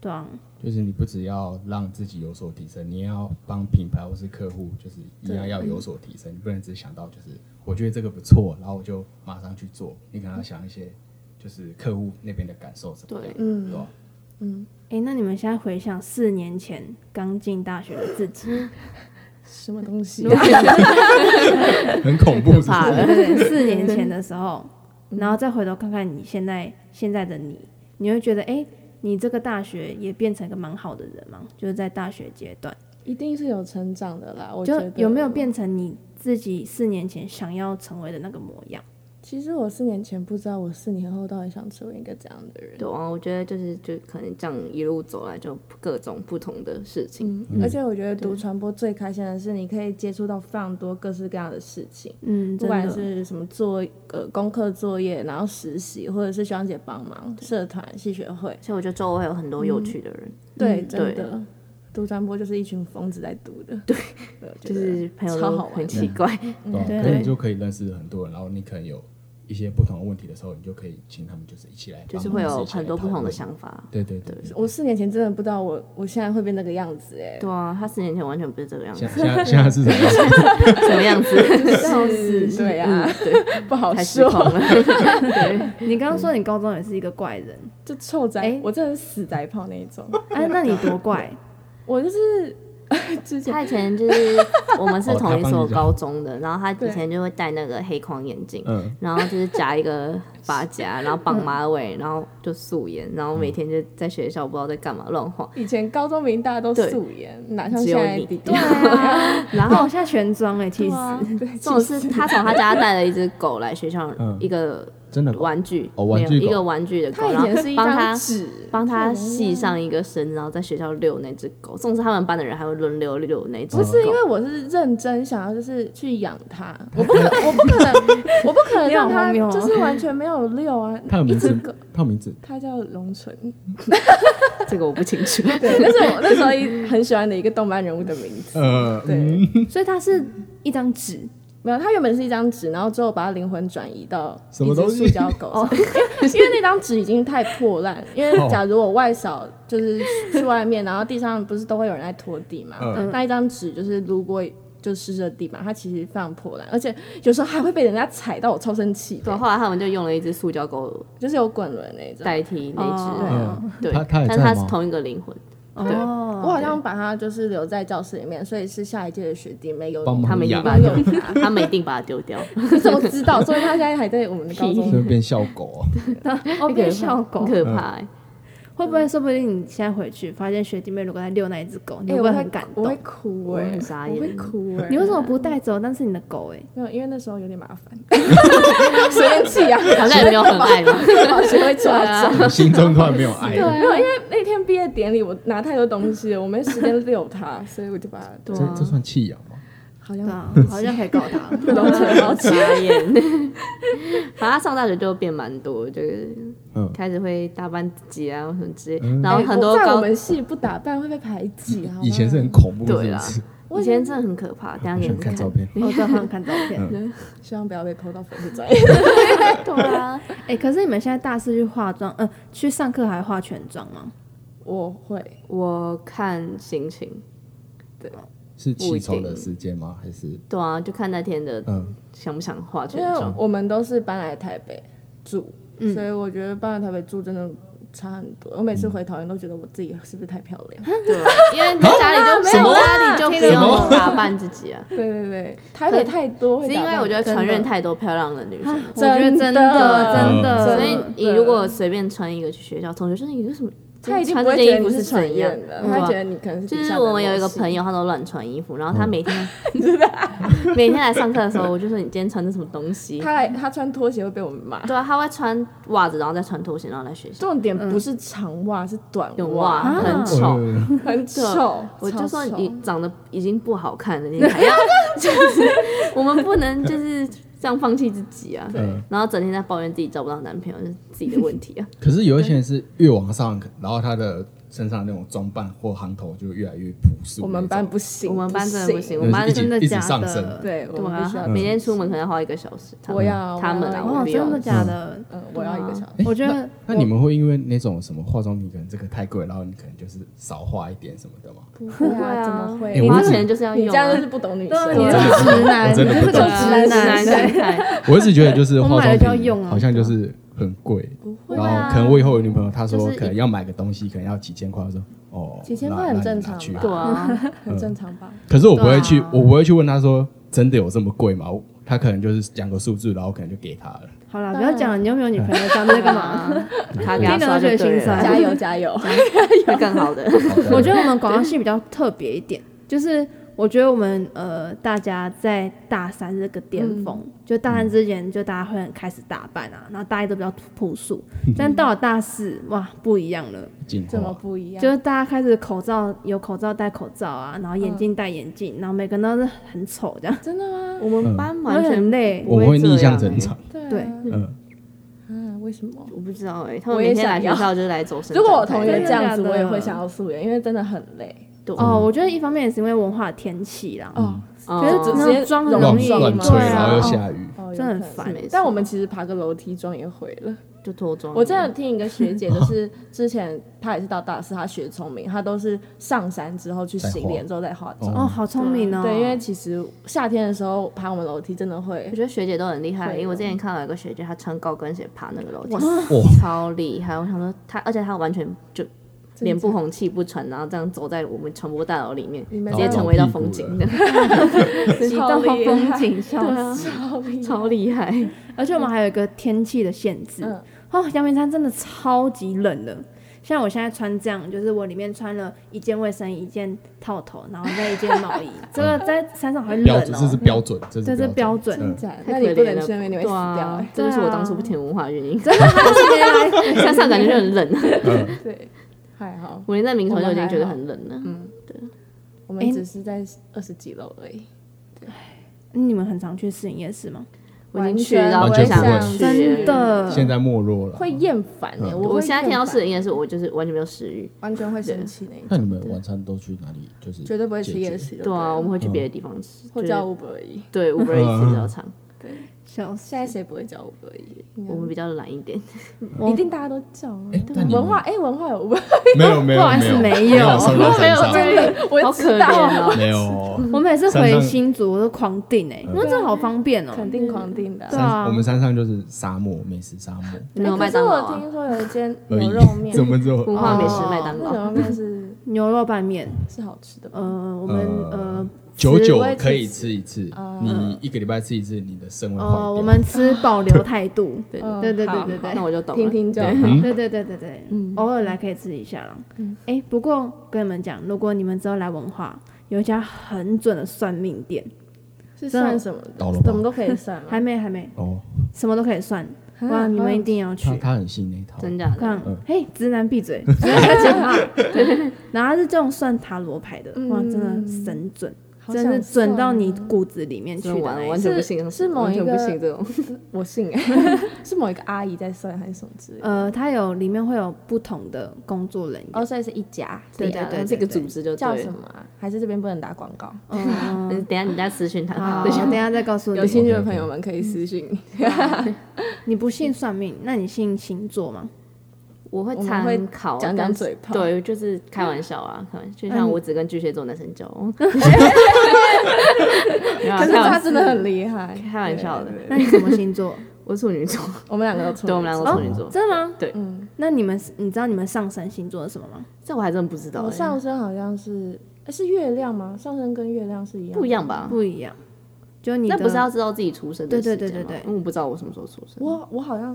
Speaker 3: 对啊，
Speaker 1: 就是你不只要让自己有所提升，你也要帮品牌或是客户，就是一样要有所提升。你不能只想到就是我觉得这个不错，然后我就马上去做。你可能要想一些就是客户那边的感受怎么样，
Speaker 4: 对
Speaker 1: 对吧？
Speaker 3: 诶，那你们现在回想四年前刚进大学的自 己，
Speaker 2: 什么东西
Speaker 3: 如？果
Speaker 1: 很恐怖， 是
Speaker 4: 怕
Speaker 1: 不
Speaker 4: 了
Speaker 1: 是？
Speaker 3: 对，四年前的时候，
Speaker 2: 嗯
Speaker 3: 然后再回头看看你现在现在的你，你会觉得，哎、你这个大学也变成一个蛮好的人嘛？就是在大学阶段，
Speaker 2: 一定是有成长的啦。我觉
Speaker 3: 就
Speaker 2: 得
Speaker 3: 有没有？变成你自己四年前想要成为的那个模样？
Speaker 2: 其实我四年前不知道我四年后到底想成为一个怎样的人。
Speaker 4: 对啊，我觉得就是就可能这样一路走来，就各种不同的事情。
Speaker 2: 嗯，而且我觉得读传播最开心的是，你可以接触到非常多各式各样的事情，
Speaker 3: 嗯，
Speaker 2: 不
Speaker 3: 真
Speaker 2: 管
Speaker 3: 的，
Speaker 2: 是什么作呃功课作业，然后实习，或者是学长姐帮忙、社团、系学会，
Speaker 4: 所以我觉得周围有很多有
Speaker 2: 嗯
Speaker 4: 趣的人，
Speaker 2: 对，
Speaker 4: 嗯
Speaker 2: 真
Speaker 4: 对
Speaker 2: 的，读传播就是一群疯子在读的， 对，
Speaker 4: 就是朋友
Speaker 2: 超
Speaker 4: 都
Speaker 2: 好玩
Speaker 4: 很
Speaker 2: 的嗯
Speaker 4: 奇怪。
Speaker 1: 对吧，
Speaker 3: 对
Speaker 1: 可能你就可以认识很多人，然后你可能有一些不同的问题的时候，你就可以请他们就是一起来帮忙，
Speaker 4: 就是会有
Speaker 1: 一起来
Speaker 4: 很多不同的
Speaker 1: 讨论。
Speaker 4: 想法。
Speaker 1: 对对对，
Speaker 2: 我四年前真的不知道我我现在会变那个样子哎、
Speaker 4: 对啊，他四年前完全不是这个样子
Speaker 1: 现，现在现在是怎么样？
Speaker 4: 什么样 子？嗯
Speaker 2: 笑死，对啊，不好啊
Speaker 4: 太失
Speaker 2: 说，
Speaker 4: 控了。
Speaker 3: 你刚刚说你高中也是一个怪 人，
Speaker 2: 就臭宅，
Speaker 3: 哎
Speaker 2: 我真的是死宅炮那一种，
Speaker 3: 哎、那你多怪？
Speaker 2: 我就是 之前
Speaker 4: 他以前就是我们是同一
Speaker 1: 哦他
Speaker 4: 所
Speaker 1: 帮你讲
Speaker 4: 高中的，然后他以
Speaker 2: 对
Speaker 4: 前就会戴那个黑框眼镜，
Speaker 1: 嗯，
Speaker 4: 然后就是夹一个发夹，然后绑
Speaker 2: 嗯
Speaker 4: 马尾，然后就素颜，
Speaker 1: 嗯
Speaker 4: 然后每天就在学校不知道在干嘛乱 晃。
Speaker 2: 以前高中明明大家都
Speaker 4: 对
Speaker 2: 素颜，哪像
Speaker 4: 只有
Speaker 2: 现在
Speaker 4: 你
Speaker 2: 比
Speaker 4: 对
Speaker 3: 啊，然后我现在全装哎、其实、
Speaker 2: 对，啊
Speaker 4: 这种是他从他家带了一只狗来学校
Speaker 1: 嗯，
Speaker 4: 一个
Speaker 1: 真的吗
Speaker 4: 玩具，
Speaker 1: 哦玩具
Speaker 4: 没有
Speaker 1: 狗
Speaker 4: 一个玩具的狗，
Speaker 2: 他以
Speaker 4: 然后
Speaker 2: 前是一
Speaker 4: 帮
Speaker 2: 张
Speaker 4: 他
Speaker 2: 纸，哦
Speaker 4: 帮他系上一个绳，然后在学校遛那只狗。甚至他们班的人还会轮流遛那只狗。
Speaker 2: 不是因为我是认真想要就是去养它，我不可能，我不可能，我不可能让 它
Speaker 3: 你好荒谬哦
Speaker 2: 就是完全没有遛啊，
Speaker 1: 他有
Speaker 2: 一
Speaker 1: 名
Speaker 2: 只
Speaker 1: 字
Speaker 2: 狗。，
Speaker 1: 他有名字，
Speaker 2: 它叫龙唇，
Speaker 4: 这个我不清楚。
Speaker 2: 对，那是我那时候一很喜欢的一个动漫人物的名字。
Speaker 1: 呃，
Speaker 2: 对
Speaker 1: 嗯
Speaker 3: 所以它是一张纸，
Speaker 2: 没有，它原本是一张纸，然后之后把它灵魂转移到
Speaker 1: 什
Speaker 2: 一
Speaker 1: 么
Speaker 2: 只
Speaker 1: 东西
Speaker 2: 塑胶狗上， 因为那张纸已经太破烂。因为
Speaker 1: 哦
Speaker 2: 假如我外扫，就是去外面，然后地上不是都会有人在拖地嘛，
Speaker 1: 嗯
Speaker 2: 那一张纸就是如果就湿着地嘛，它其实非常破烂，而且有时候还会被人家踩到，我超生气
Speaker 4: 对，
Speaker 2: 的，
Speaker 4: 后来他们就用了一只塑胶狗
Speaker 2: 就是有滚轮那种。
Speaker 4: 代替那只。
Speaker 1: 嗯
Speaker 3: 哦
Speaker 4: 对，
Speaker 1: 他他也在
Speaker 4: 但是它
Speaker 1: 吗
Speaker 4: 是同一个灵魂，
Speaker 3: 哦，
Speaker 2: 我好像把它就是留在教室里面，所以是下一届的学弟妹有
Speaker 1: 帮忙
Speaker 4: 他们一定
Speaker 1: 养
Speaker 4: 把它 丢掉，他们一定把它丢掉。
Speaker 2: 你怎么知道？所以他现在还在我们的高中
Speaker 1: 顺。嗯便变笑狗哦。
Speaker 3: 哦变小狗
Speaker 4: 很，可怕欸。
Speaker 3: 会不会？说不定你现在回去，发现学弟妹如果在遛那一只狗，你
Speaker 2: 哎
Speaker 3: 会不
Speaker 2: 我
Speaker 3: 会
Speaker 2: 会
Speaker 3: 很感
Speaker 2: 我会
Speaker 3: 动？
Speaker 2: 哭
Speaker 4: 我
Speaker 2: 哎、
Speaker 4: 很傻眼
Speaker 2: 我会哭哎、
Speaker 3: 你为什么不带走？但是你的狗哎、
Speaker 2: 没有？因为那时候有点麻烦， 随便气啊，
Speaker 4: 好像也没有很 爱嘛。
Speaker 2: 老师会抓走。
Speaker 1: 我心中突然没有爱
Speaker 4: 啊
Speaker 1: 了，
Speaker 2: 没有，因为那天毕业典礼我拿太多东西了，我没时间遛它，所以我就把它
Speaker 4: 对
Speaker 1: 这
Speaker 4: 啊
Speaker 1: 这，算弃养吗？
Speaker 2: 好像
Speaker 3: 对啊，好像可以告他了。
Speaker 2: 龙城猫
Speaker 4: 傻眼。 反正他上大学就变蛮多，就是
Speaker 1: 嗯
Speaker 4: 开始会打扮自己啊什么之类
Speaker 1: 嗯，
Speaker 4: 然后很多
Speaker 2: 在哎我
Speaker 4: 高
Speaker 2: 们系不打扮会被排挤，好吗
Speaker 1: 以前是很 恐怖，
Speaker 4: 对
Speaker 1: 是
Speaker 4: 啦
Speaker 1: 不是？
Speaker 4: 以前真的很可怕，等一下
Speaker 1: 我
Speaker 4: 给
Speaker 1: 想
Speaker 4: 你们
Speaker 1: 看照片，
Speaker 3: 我最好看照片。
Speaker 2: 希望不要被偷到粉丝专业。
Speaker 4: 对啊，
Speaker 3: 哎、可是你们现在大四去化妆，呃，去上课还化全妆吗？
Speaker 2: 我会，
Speaker 4: 我看心情，
Speaker 1: 是
Speaker 4: 不
Speaker 1: 起
Speaker 4: 一
Speaker 1: 床的
Speaker 4: 定
Speaker 1: 时间吗？还是
Speaker 4: 对啊，就看那天的
Speaker 1: 嗯
Speaker 4: 想不想画
Speaker 2: 因
Speaker 4: 全
Speaker 2: 为
Speaker 4: 妆。
Speaker 2: 我们都是搬来台北住，
Speaker 3: 嗯
Speaker 2: 所以我觉得搬来台北住真的差很多。我每次回桃园都觉得我自己是不是太漂亮？
Speaker 4: 对啊，因为在家里就
Speaker 2: 什么
Speaker 4: 家里就不
Speaker 1: 啊什么
Speaker 4: 用打扮自己啊，
Speaker 2: 对对对，台北太多 会
Speaker 4: 是
Speaker 2: 打扮，
Speaker 4: 因为我觉得
Speaker 2: 真的
Speaker 4: 承认太多漂亮的女生了。
Speaker 3: 我觉得真
Speaker 2: 真的
Speaker 3: 的真的，
Speaker 4: 嗯所
Speaker 2: 真
Speaker 4: 以
Speaker 2: 的
Speaker 4: 你如果随便穿一个去学校，同学说你为什么
Speaker 2: 他已经
Speaker 4: 穿
Speaker 2: 不
Speaker 4: 这
Speaker 2: 会
Speaker 4: 件
Speaker 2: 觉
Speaker 4: 衣
Speaker 2: 得
Speaker 4: 服
Speaker 2: 你是
Speaker 4: 怎
Speaker 2: 传
Speaker 4: 样
Speaker 2: 染的，
Speaker 4: 嗯
Speaker 2: 他
Speaker 4: 对啊
Speaker 2: 会觉得你可能是
Speaker 4: 就
Speaker 2: 底
Speaker 4: 是
Speaker 2: 下
Speaker 4: 我们有一个
Speaker 2: 的东西
Speaker 4: 朋友，他都乱穿衣服，然后他每天
Speaker 1: 嗯
Speaker 4: 每天来上课的时候，我就说你今天穿的什么东西？
Speaker 2: 啊他来他穿拖鞋会被我们骂。
Speaker 4: 对啊，他会穿袜子，然后再穿拖鞋，然后来学校。
Speaker 2: 重点不是长袜，是短
Speaker 4: 用袜
Speaker 2: 袜，
Speaker 4: 很丑，
Speaker 2: 很丑。
Speaker 4: 我就
Speaker 2: 超
Speaker 4: 说
Speaker 2: 丑
Speaker 4: 你长得已经不好看了，你还要就是我们不能就是这样放弃自己啊。
Speaker 1: 嗯，
Speaker 4: 然后整天在抱怨自己找不到男朋友，就是自己的问题啊。
Speaker 1: 可是有一些人是越往上，然后他的身上那种装扮或行头就越来越朴素那种。
Speaker 2: 我们班不行，
Speaker 4: 我们班真的不行，我
Speaker 1: 对
Speaker 4: 们班
Speaker 1: 是一起
Speaker 3: 真的
Speaker 1: 一直
Speaker 3: 假
Speaker 1: 上
Speaker 3: 的
Speaker 1: 升？
Speaker 2: 对，我
Speaker 4: 对
Speaker 2: 们必须要
Speaker 4: 啊，。每天出门可能要花一个小时。他
Speaker 2: 我
Speaker 4: 们
Speaker 2: 要
Speaker 4: 他们啊
Speaker 2: 我要
Speaker 4: 我
Speaker 3: 哇，
Speaker 4: 不用
Speaker 3: 真的假的？
Speaker 2: 嗯，我要一个小时。
Speaker 1: 诶
Speaker 3: 我觉得
Speaker 1: 那你们会因为那种什么化妆品可能这个太贵，然后你可能就是少花一点什么的吗？
Speaker 2: 不
Speaker 4: 不会啊，
Speaker 2: 怎么会？
Speaker 1: 诶哎
Speaker 4: 你
Speaker 1: 我
Speaker 4: 花
Speaker 1: 是
Speaker 4: 钱就是要
Speaker 2: 你这
Speaker 4: 用
Speaker 2: 样就
Speaker 4: 啊。
Speaker 2: 是不懂女
Speaker 3: 对
Speaker 2: 生。
Speaker 3: 你
Speaker 1: 我
Speaker 3: 是
Speaker 1: 真的不
Speaker 3: 直男，
Speaker 1: 我真的
Speaker 3: 你就是
Speaker 1: 不
Speaker 3: 个
Speaker 1: 懂
Speaker 3: 直男，
Speaker 4: 直男心态
Speaker 1: 我一直觉得就是化
Speaker 3: 我
Speaker 1: 妆
Speaker 3: 买了就要用
Speaker 1: 品
Speaker 3: 啊
Speaker 1: 好像就是很贵，
Speaker 4: 会
Speaker 1: 然
Speaker 4: 啊
Speaker 1: 后可能我以后有女朋友，她说
Speaker 4: 就是一
Speaker 1: 可能要买个东西，可能要几千块，我说哦，
Speaker 2: 几千
Speaker 1: 那
Speaker 2: 块很
Speaker 1: 那你
Speaker 2: 正
Speaker 1: 拿
Speaker 2: 常
Speaker 1: 去
Speaker 2: 吧
Speaker 4: 对啊，
Speaker 2: 很正常吧？
Speaker 1: 可是我不会去，
Speaker 3: 对啊
Speaker 1: 我不会去问他说真的有这么贵吗？我他可能就是讲个数字，然后可能就给他了。
Speaker 3: 好啦，不要讲了，你又没有女朋友，讲这个干嘛？
Speaker 4: 他给他
Speaker 3: 听着
Speaker 4: 刷
Speaker 3: 都觉
Speaker 4: 就
Speaker 3: 得
Speaker 4: 对
Speaker 3: 心酸
Speaker 4: 了，
Speaker 2: 加油加油！
Speaker 4: 会更好的。
Speaker 3: 我觉得我们广告系比较特别一点，就是我觉得我们呃，大家在大三这个巅
Speaker 2: 嗯
Speaker 3: 峰，就大三之前就大家会很开始打扮啊，然后大一都比较朴素，但到了大四哇不一样了，
Speaker 1: 进
Speaker 2: 怎么
Speaker 1: 化，
Speaker 2: 不一样？
Speaker 3: 就是大家开始口罩有口罩戴口罩啊，然后眼镜戴眼
Speaker 2: 嗯
Speaker 3: 镜，然后每个人都是很丑这样，
Speaker 2: 真的吗？
Speaker 4: 我们班
Speaker 3: 会
Speaker 4: 完全
Speaker 3: 很累。
Speaker 1: 我会逆向成
Speaker 4: 不会这欸
Speaker 1: 长。
Speaker 2: 对啊
Speaker 3: 对
Speaker 1: 嗯，
Speaker 2: 啊，为什么？
Speaker 4: 我不知道哎，他们
Speaker 2: 我也
Speaker 4: 每天来学
Speaker 2: 想要
Speaker 4: 校就是来走神。
Speaker 2: 如果我同学
Speaker 3: 真的
Speaker 2: 这样子，
Speaker 3: 假的
Speaker 2: 我也会想要素颜，因为真的很累。
Speaker 4: 对
Speaker 3: 哦，我觉得一方面也是因为文化的天气啦，
Speaker 2: 哦，
Speaker 4: 哦
Speaker 3: 可是
Speaker 2: 就
Speaker 3: 只
Speaker 2: 直
Speaker 3: 是
Speaker 2: 接
Speaker 3: 妆很
Speaker 1: 乱
Speaker 3: 容易
Speaker 1: 乱
Speaker 3: 对
Speaker 1: 吹，
Speaker 3: 啊
Speaker 1: 然后又下雨。
Speaker 2: 哦
Speaker 3: 真的很
Speaker 4: 是
Speaker 3: 烦
Speaker 4: 没错
Speaker 2: 但我们其实爬个楼梯妆也毁了。
Speaker 4: 就脱妆。
Speaker 2: 我真的有听一个学姐， 就是之前她也是到大四，她学聪明，她都是上山之后去洗脸之后再化妆。
Speaker 3: 哦，好聪明哦，
Speaker 2: 对，因为其实夏天的时候爬我们楼梯真的会
Speaker 4: 我觉得学姐都很厉害，
Speaker 2: 会
Speaker 4: 因为我之前看到有一个学姐，她穿高跟鞋爬那个楼梯，
Speaker 1: 哇
Speaker 4: 超厉害。我想说她，而且她完全就脸不红气不喘，然后这样走在我们传播大楼里面，
Speaker 2: 你们
Speaker 4: 直接成为一道风景，一道风 景，笑死，
Speaker 2: 超厉害
Speaker 4: 啊 超厉害。
Speaker 3: 而且我们还有一个天气的限制。
Speaker 2: 嗯
Speaker 3: 哦，阳明山真的超级冷的。像我现在穿这样，就是我里面穿了一件卫生衣、一件套头，然后再一件毛 衣。这个在山上会冷
Speaker 1: 标准，这是
Speaker 3: 哦，
Speaker 1: 标准，这
Speaker 3: 这是
Speaker 1: 是
Speaker 3: 标
Speaker 1: 标
Speaker 3: 准。
Speaker 1: 嗯
Speaker 2: 假的那
Speaker 4: 太可
Speaker 2: 你不
Speaker 4: 怜
Speaker 2: 能
Speaker 4: 了
Speaker 2: 去那边，你会死
Speaker 4: 对
Speaker 2: 掉
Speaker 4: 啊
Speaker 2: 欸。，
Speaker 4: 这就是我
Speaker 3: 对啊
Speaker 4: 当初不填文化的原因。
Speaker 3: 真的 好可怜
Speaker 4: 山上感觉就很冷，啊
Speaker 1: 嗯，
Speaker 2: 对，还好，
Speaker 4: 我连在明朝就已经觉得很冷了。
Speaker 2: 嗯我
Speaker 3: 诶
Speaker 2: 们只是在二十几楼而已。
Speaker 3: 嗯你们很常去市营夜市吗？
Speaker 4: 我已经去到
Speaker 1: 完
Speaker 4: 就
Speaker 1: 全
Speaker 4: 想
Speaker 1: 不会
Speaker 4: 去，
Speaker 3: 真。的，
Speaker 1: 现在没落了。
Speaker 2: 会厌烦哎、
Speaker 1: 嗯
Speaker 2: 我
Speaker 4: 我
Speaker 2: 会
Speaker 4: 现在
Speaker 2: 厌
Speaker 4: 听到
Speaker 2: 烦
Speaker 4: 是，应该是我就是完全没有食欲。
Speaker 2: 完全会生气那一
Speaker 5: 那
Speaker 2: 种，
Speaker 5: 你们晚餐都去哪里？就是
Speaker 2: 绝对不会吃
Speaker 5: 解决
Speaker 2: 夜市。
Speaker 4: 对啊，我们
Speaker 2: 会
Speaker 4: 会去别的地方吃，
Speaker 2: 会
Speaker 4: 就是
Speaker 2: 叫 Uber 而已。
Speaker 4: 对 Uber 一次比较长，
Speaker 3: 笑死
Speaker 2: 现在谁不会叫 Uber 而已？应该
Speaker 4: 我们比较懒一点。
Speaker 3: 我
Speaker 2: 一定大家都叫啊。
Speaker 5: 哎，但你
Speaker 2: 文
Speaker 5: 们
Speaker 2: 化哎、文化有 Uber，
Speaker 1: 没有没有
Speaker 3: 不好意思
Speaker 1: 没
Speaker 3: 没有
Speaker 1: 有上到山 上
Speaker 4: 真的，
Speaker 2: 我
Speaker 4: 好
Speaker 2: 知
Speaker 4: 可
Speaker 2: 道
Speaker 4: 怜
Speaker 1: 没
Speaker 4: 哦。
Speaker 1: 有。
Speaker 3: 我每次
Speaker 1: 山
Speaker 3: 回
Speaker 1: 上
Speaker 3: 新竹，我都狂订哎、欸，
Speaker 1: 嗯
Speaker 3: 因为真的好方便哦、
Speaker 2: 肯定狂订的啊、
Speaker 3: 对啊
Speaker 1: 山我们山上就是沙漠，美食沙漠
Speaker 4: 没有
Speaker 2: 哎可
Speaker 4: 麦
Speaker 2: 是
Speaker 4: 当劳
Speaker 2: 我
Speaker 4: 啊，
Speaker 2: 听说有一间
Speaker 1: 而
Speaker 2: 牛
Speaker 1: 已
Speaker 2: 肉 面。，
Speaker 1: 怎么做？
Speaker 4: 文化美食
Speaker 3: 哦
Speaker 4: 麦当
Speaker 2: 那牛
Speaker 4: 劳，
Speaker 2: 肉面是
Speaker 3: 牛肉拌面，
Speaker 2: 是好吃的吧？
Speaker 3: 呃，我们
Speaker 1: 呃
Speaker 3: 呃
Speaker 1: 久久
Speaker 2: 会
Speaker 1: 可
Speaker 2: 吃
Speaker 1: 以吃一次，你一个礼拜吃一次，你的肾会坏
Speaker 3: 呃，
Speaker 1: 掉。
Speaker 3: 我们吃保留态度， 对
Speaker 2: 嗯
Speaker 3: 对对对
Speaker 2: 好
Speaker 3: 对对
Speaker 4: 那。我就懂
Speaker 2: 听
Speaker 4: 了。
Speaker 2: 听就好。
Speaker 1: 嗯
Speaker 3: 对对对对对，嗯偶尔来可以吃一下啦。哎、不过跟你们讲，如果你们之后来文化，有一家很准的算命店，
Speaker 2: 是
Speaker 3: 真的
Speaker 2: 算什么
Speaker 1: 到了
Speaker 2: 的
Speaker 1: 吧？
Speaker 2: 怎么都可以算
Speaker 3: 还
Speaker 2: 吗？
Speaker 3: 没还没，
Speaker 1: 哦，
Speaker 3: 什么都可以算。
Speaker 2: 啊
Speaker 3: 哇，你
Speaker 2: 好
Speaker 3: 们
Speaker 2: 有
Speaker 3: 一定要去
Speaker 1: 他。他很信那一套，
Speaker 4: 真假
Speaker 3: 我
Speaker 4: 的？
Speaker 3: 看，嘿，直男闭嘴，直男在讲话。然后它是这种算塔罗牌的，哇，真的神准，
Speaker 2: 好
Speaker 3: 真的
Speaker 2: 想
Speaker 3: 是准到
Speaker 2: 算啊
Speaker 3: 你骨子里面去
Speaker 4: 哦真
Speaker 3: 的
Speaker 4: 的完
Speaker 3: 那
Speaker 4: 了，
Speaker 3: 一
Speaker 4: 完
Speaker 3: 种。
Speaker 4: 全不
Speaker 2: 是
Speaker 4: 信，
Speaker 2: 是某
Speaker 4: 完
Speaker 2: 一
Speaker 4: 全不
Speaker 2: 个
Speaker 4: 信这种。
Speaker 2: 我信哎、 是某一个阿姨在算还是什么之类的？
Speaker 3: 呃，它有里面会有不同的工作人员，
Speaker 2: 哦，所以是一家，
Speaker 3: 对
Speaker 2: 是一家
Speaker 3: 对对
Speaker 4: 这个组织就
Speaker 2: 叫
Speaker 4: 对
Speaker 2: 什
Speaker 4: 了。
Speaker 2: 么啊？还是这边不能打广告？
Speaker 3: 嗯，
Speaker 4: 嗯，等一下你再私讯
Speaker 3: 好，
Speaker 4: 他，
Speaker 3: 等
Speaker 2: 啊
Speaker 4: 对
Speaker 3: 一下再告诉你
Speaker 2: 有。兴趣的朋友们可以私信。
Speaker 3: 你不信算命，那你信星座吗？
Speaker 4: 我会
Speaker 2: 我们会
Speaker 4: 参考，
Speaker 2: 讲
Speaker 4: 但
Speaker 2: 讲
Speaker 4: 是
Speaker 2: 嘴炮嗯
Speaker 4: 对，就是开玩笑啊，开玩笑，就像我只跟巨蟹座男生交 往，没有啊
Speaker 2: 可是
Speaker 4: 开玩
Speaker 2: 他真的很厉害，
Speaker 4: 开玩笑的
Speaker 2: 对。
Speaker 3: 那你什么星座？
Speaker 4: 我处女座，
Speaker 2: 我们两个都错，
Speaker 4: 对我们两个处女座，
Speaker 3: 哦真的吗？
Speaker 4: 对
Speaker 2: 嗯，
Speaker 3: 那你们你知道你们上升星座是什么吗？
Speaker 4: 这我还真不知道
Speaker 2: 我
Speaker 4: 欸，
Speaker 2: 上升好像是诶是月亮吗？上升跟月亮是一样的，
Speaker 4: 不一样吧？
Speaker 3: 不一样，就你
Speaker 4: 啊那
Speaker 3: 的
Speaker 4: 不是要知道自己出生的
Speaker 3: 对对
Speaker 4: 时间
Speaker 3: 对对
Speaker 4: 吗
Speaker 3: 对
Speaker 4: 因为我不知道我什么时候出生。
Speaker 2: 我我好像，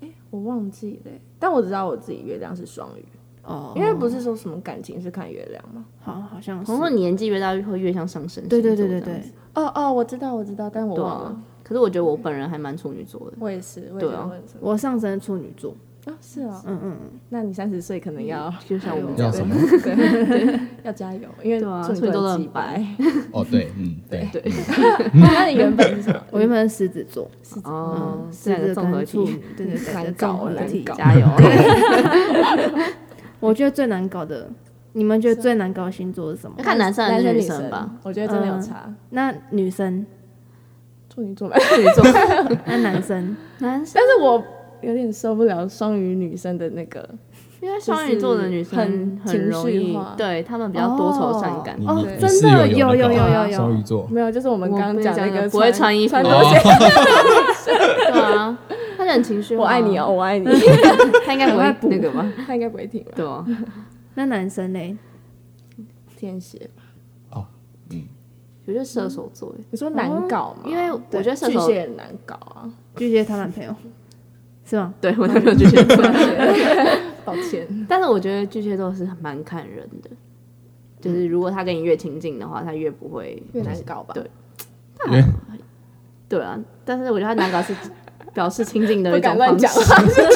Speaker 2: 哎、我忘记了欸、但我知道我自己月亮是双鱼，
Speaker 3: 哦，
Speaker 2: 因为不是说什么感情是看月亮吗？
Speaker 3: 好好像是
Speaker 4: 红说你年纪越大会越像上升星座
Speaker 3: 对
Speaker 4: 这
Speaker 3: 对
Speaker 4: 样子，
Speaker 3: 对对对，
Speaker 2: 哦哦，我知道我知道，但我
Speaker 4: 对
Speaker 2: 忘了，
Speaker 4: 啊。可是我觉得我本人还蛮处女座的，
Speaker 2: 我也是，我也
Speaker 4: 对
Speaker 2: 觉得
Speaker 4: 啊
Speaker 2: 我很什么
Speaker 3: 我上升处女座，
Speaker 2: 啊，是啊、
Speaker 3: 嗯嗯嗯，
Speaker 2: 那你三十岁可能要
Speaker 4: 就嗯像我们
Speaker 1: 要什
Speaker 4: 讲的，
Speaker 1: 么？
Speaker 2: 要加油，因为
Speaker 4: 对啊
Speaker 2: 处女
Speaker 4: 处女座
Speaker 2: 座
Speaker 4: 都
Speaker 2: 很
Speaker 4: 很
Speaker 2: 鸡掰。
Speaker 1: 哦，对，嗯，对，
Speaker 4: 对，
Speaker 1: 嗯
Speaker 2: 那你原本是什 么？
Speaker 3: 我原本是狮子座，
Speaker 4: 嗯哦，
Speaker 3: 狮
Speaker 4: 是两
Speaker 3: 子
Speaker 4: 个综合
Speaker 3: 跟 处
Speaker 4: 体
Speaker 3: 女，，对对对，
Speaker 2: 难
Speaker 3: 的
Speaker 2: 搞
Speaker 3: 综合
Speaker 2: 难
Speaker 3: 体
Speaker 2: 搞。
Speaker 4: 加油！
Speaker 3: 我觉得最难搞的，你们觉得最难搞的星座是什么？
Speaker 4: 看男生还是
Speaker 2: 生
Speaker 4: 女
Speaker 2: 生
Speaker 4: 生吧？，嗯
Speaker 2: 我觉得真的有差。
Speaker 3: 那女 生，
Speaker 2: 处女座吧，
Speaker 4: 处女座，
Speaker 3: 那男生，
Speaker 4: 男 生
Speaker 2: 但是我有点受不了双鱼女生的那个，
Speaker 4: 因为双鱼座的女生
Speaker 2: 很
Speaker 4: 很容
Speaker 2: 情绪
Speaker 4: 易
Speaker 2: 化，
Speaker 4: 对他们比较多愁善感。
Speaker 1: 嗯你
Speaker 3: 哦
Speaker 1: 你
Speaker 3: 真
Speaker 1: 是
Speaker 3: 的
Speaker 1: 有
Speaker 3: 有
Speaker 1: 那
Speaker 3: 有
Speaker 1: 个
Speaker 3: 有有有
Speaker 1: 双鱼座，
Speaker 2: 没有，就是我们
Speaker 4: 我
Speaker 2: 刚刚
Speaker 4: 不
Speaker 2: 讲
Speaker 4: 讲
Speaker 2: 那
Speaker 4: 那
Speaker 2: 个
Speaker 4: 个不会穿衣服哦
Speaker 2: 穿
Speaker 4: 的
Speaker 2: 拖鞋，
Speaker 4: 对啊，他就很情绪化。啊
Speaker 2: 我爱你哦，，我爱你，
Speaker 4: 他应该
Speaker 3: 赶快补
Speaker 4: 不会那个吧？
Speaker 2: 他应该不会听吧？
Speaker 4: 对啊，
Speaker 3: 那男生嘞？
Speaker 2: 天蝎吧，
Speaker 4: 我觉得射手座，
Speaker 2: 你说难搞吗？
Speaker 4: 哦因为我觉得射
Speaker 2: 巨
Speaker 4: 手
Speaker 2: 蟹很难搞啊，
Speaker 3: 拒绝她男朋友，是吗？
Speaker 4: 对我男朋友巨蟹座，
Speaker 2: 抱歉，
Speaker 4: 但是我觉得巨蟹座是蛮看人的，就是如果他跟你越亲近的话，他越不会。
Speaker 2: 越难搞吧？
Speaker 4: 对对啊，但是我觉得他难 搞是表示亲近的
Speaker 2: 不
Speaker 4: 一
Speaker 2: 敢
Speaker 4: 种
Speaker 2: 乱
Speaker 4: 方
Speaker 2: 讲
Speaker 4: 式。
Speaker 2: 话。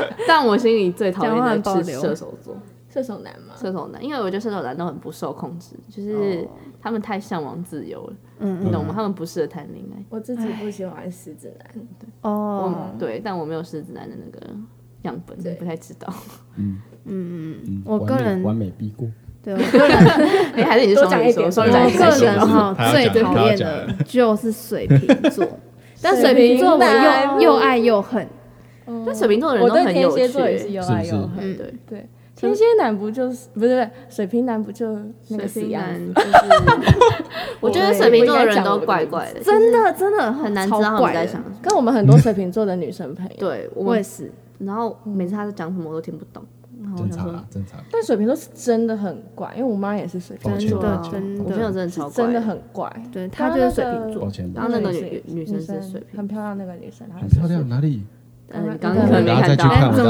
Speaker 4: 但我心里最讨
Speaker 3: 讲话
Speaker 4: 厌
Speaker 3: 很
Speaker 4: 的
Speaker 3: 保
Speaker 4: 是
Speaker 3: 留
Speaker 4: 射手座，
Speaker 2: 射手男嘛，
Speaker 4: 射手男，因为我觉得射手男都很不受控制，就是
Speaker 2: 哦
Speaker 4: 他们太向往自由了，
Speaker 3: 嗯
Speaker 4: 你懂吗？他们不适合谈恋爱。
Speaker 2: 我自己不喜欢狮子男，
Speaker 3: 哦，
Speaker 4: 对，但我没有狮子男的那个样本
Speaker 2: 对，
Speaker 4: 不太知道。
Speaker 1: 嗯
Speaker 3: 我个
Speaker 1: 完美
Speaker 3: 人哦
Speaker 1: 完美避过，
Speaker 3: 对我个人
Speaker 4: 哎，还是你是
Speaker 2: 多
Speaker 4: 双
Speaker 2: 讲
Speaker 4: 鱼
Speaker 2: 一
Speaker 4: 座，
Speaker 2: 点
Speaker 4: 双
Speaker 3: 我
Speaker 4: 鱼座还是
Speaker 3: 个人
Speaker 4: 哦
Speaker 3: 哈
Speaker 1: 哦他要
Speaker 3: 最
Speaker 1: 讲
Speaker 3: 讨
Speaker 1: 他要
Speaker 3: 厌
Speaker 1: 讲
Speaker 3: 的就是水瓶座， 但水瓶座
Speaker 2: 水
Speaker 3: 我
Speaker 2: 瓶男
Speaker 3: 又又爱又恨，
Speaker 4: 但水瓶座的人
Speaker 2: 我
Speaker 4: 都
Speaker 2: 对
Speaker 4: 很
Speaker 2: 天
Speaker 4: 有
Speaker 2: 蝎座也是啊
Speaker 4: 趣。
Speaker 2: 又
Speaker 1: 是不
Speaker 2: 爱
Speaker 1: 是
Speaker 2: 又恨。
Speaker 4: 嗯，对，
Speaker 2: 对，天蝎男不就是不是不是水瓶男不就那个
Speaker 4: 水
Speaker 2: 死
Speaker 4: 瓶
Speaker 2: 样
Speaker 4: 男
Speaker 2: 子？
Speaker 4: 就是，我觉得水瓶座的人都怪怪的，
Speaker 3: 真的真的很
Speaker 4: 很难知道他
Speaker 3: 超怪
Speaker 4: 们
Speaker 3: 的
Speaker 4: 在想。什么。
Speaker 2: 跟我们很多水瓶座的女生朋友，，
Speaker 4: 对，我
Speaker 3: 我也
Speaker 4: 们
Speaker 3: 是，
Speaker 4: 然后每次他在讲什么我都听不懂，然后我
Speaker 1: 正
Speaker 4: 想
Speaker 1: 常
Speaker 4: 说
Speaker 1: 啊，，正常。
Speaker 2: 但水瓶座是真的很怪，因为我妈也是水瓶
Speaker 1: 抱
Speaker 2: 座，
Speaker 1: 歉，
Speaker 3: 真的
Speaker 1: 抱歉
Speaker 3: 真
Speaker 4: 我
Speaker 3: 的
Speaker 4: 朋友真的超怪，
Speaker 2: 真的。很怪。
Speaker 3: 对他就是水瓶座
Speaker 1: 抱，歉，
Speaker 4: 哦然后那个
Speaker 2: 也
Speaker 4: 女女生是水瓶，
Speaker 2: 很漂亮那个女生，她
Speaker 1: 很
Speaker 2: 是
Speaker 1: 漂亮，哪里？
Speaker 4: 但呃是你刚刚可能没
Speaker 1: 我等下再
Speaker 4: 看
Speaker 1: 去
Speaker 4: 到，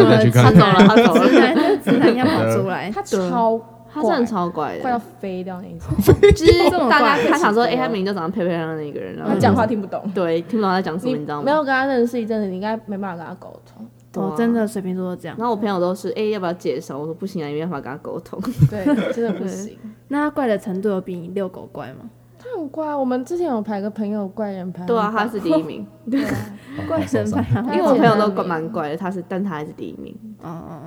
Speaker 1: 看，我等下再去看
Speaker 3: 哎怎么
Speaker 4: 他走。了，他走
Speaker 3: 直
Speaker 4: 了，
Speaker 3: 男就是直男要跑出 来，
Speaker 2: 她超
Speaker 4: 他真的超怪
Speaker 2: 快要
Speaker 4: 的，
Speaker 2: 飞掉那一种，
Speaker 4: 就是
Speaker 3: 这么
Speaker 4: 大家
Speaker 3: 怪
Speaker 4: 他想说，
Speaker 2: 气死
Speaker 4: 哎，
Speaker 2: 我
Speaker 4: 他明明就长得漂漂亮亮的一个人， 然
Speaker 2: 她
Speaker 4: 后
Speaker 2: 讲话听不懂。
Speaker 4: 对听不懂他在讲什么，你知道
Speaker 2: 没
Speaker 4: 吗？
Speaker 2: 有跟她认识一阵子，你应该没办法跟她沟 通。
Speaker 4: 对啊
Speaker 3: 哦，真的水瓶座都这样。
Speaker 4: 然后我朋友都是，哎，要不要介绍？我说不行啊，你没办法跟他沟通。
Speaker 2: 对，真的不行。
Speaker 3: 那他怪的程度有比你遛狗怪 吗？
Speaker 2: 她很怪啊，我们之前有排个朋友怪人排行榜，
Speaker 4: 对啊，他是第一名，
Speaker 1: 哦
Speaker 3: 怪哦人吧，
Speaker 2: 她
Speaker 4: 因为我朋友
Speaker 2: 前
Speaker 4: 都
Speaker 2: 男友
Speaker 4: 蛮怪的，他是，但他还是第一名。
Speaker 3: 哦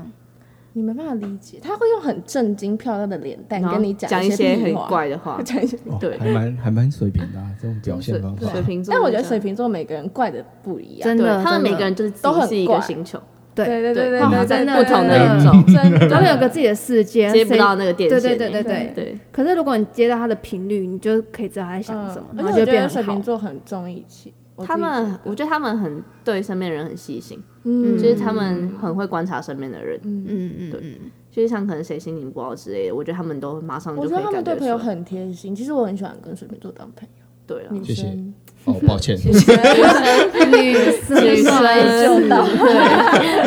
Speaker 2: 你没办法理解，他会用很震惊、漂亮的脸蛋
Speaker 4: 然后
Speaker 2: 跟你
Speaker 4: 讲
Speaker 2: 一
Speaker 4: 些
Speaker 2: 屁
Speaker 4: 很
Speaker 2: 话，，
Speaker 4: 怪的话
Speaker 2: 讲一些。
Speaker 1: 哦
Speaker 4: 对
Speaker 1: 还蛮还蛮水平的啊，这种表现
Speaker 4: 水
Speaker 1: 方法。
Speaker 4: 水瓶座。
Speaker 2: 但我觉得水瓶座每个人怪的不一样，
Speaker 3: 真
Speaker 4: 对
Speaker 3: 的，
Speaker 4: 他们每
Speaker 3: 真的
Speaker 4: 个人就是
Speaker 2: 都很
Speaker 4: 自己是一个
Speaker 2: 怪
Speaker 4: 星球，
Speaker 3: 对
Speaker 2: 对
Speaker 4: 对
Speaker 2: 对
Speaker 4: 他
Speaker 2: 对
Speaker 4: 们
Speaker 2: 对，
Speaker 4: 在
Speaker 2: 对
Speaker 4: 不
Speaker 2: 对
Speaker 4: 同的
Speaker 2: 对
Speaker 4: 宇宙
Speaker 2: 真的嗯
Speaker 3: 他们有个自己的世界，
Speaker 4: 接不
Speaker 3: 谁
Speaker 4: 到那个电
Speaker 3: 对
Speaker 4: 线。
Speaker 3: 对对对
Speaker 2: 对
Speaker 3: 对。
Speaker 4: 对
Speaker 3: 可是如果你接到他的频率，你就可以知道他在想什么，
Speaker 2: 嗯
Speaker 3: 然
Speaker 2: 而
Speaker 3: 后
Speaker 2: 且
Speaker 3: 就
Speaker 2: 我觉
Speaker 3: 变
Speaker 2: 得水
Speaker 3: 很好
Speaker 2: 瓶。座很重义气，我自
Speaker 4: 他
Speaker 2: 己
Speaker 4: 们，我觉得他们很对身边人很细心，
Speaker 2: 嗯
Speaker 4: 就是他们很会观察身边的人，
Speaker 3: 嗯嗯
Speaker 4: 对
Speaker 3: 嗯，
Speaker 4: 就是像可能谁心情不好之类的，我觉得他们都马上就
Speaker 2: 我
Speaker 4: 可
Speaker 2: 觉得
Speaker 4: 以
Speaker 2: 他们对
Speaker 4: 感觉
Speaker 2: 朋
Speaker 4: 出
Speaker 2: 友
Speaker 4: 来。
Speaker 2: 很贴心。其实我很喜欢跟水瓶座当朋友，
Speaker 4: 对啊，
Speaker 2: 女
Speaker 1: 谢谢
Speaker 2: 生
Speaker 1: 哦，抱 歉，
Speaker 3: 女生
Speaker 4: 女生
Speaker 2: 就到
Speaker 4: 对，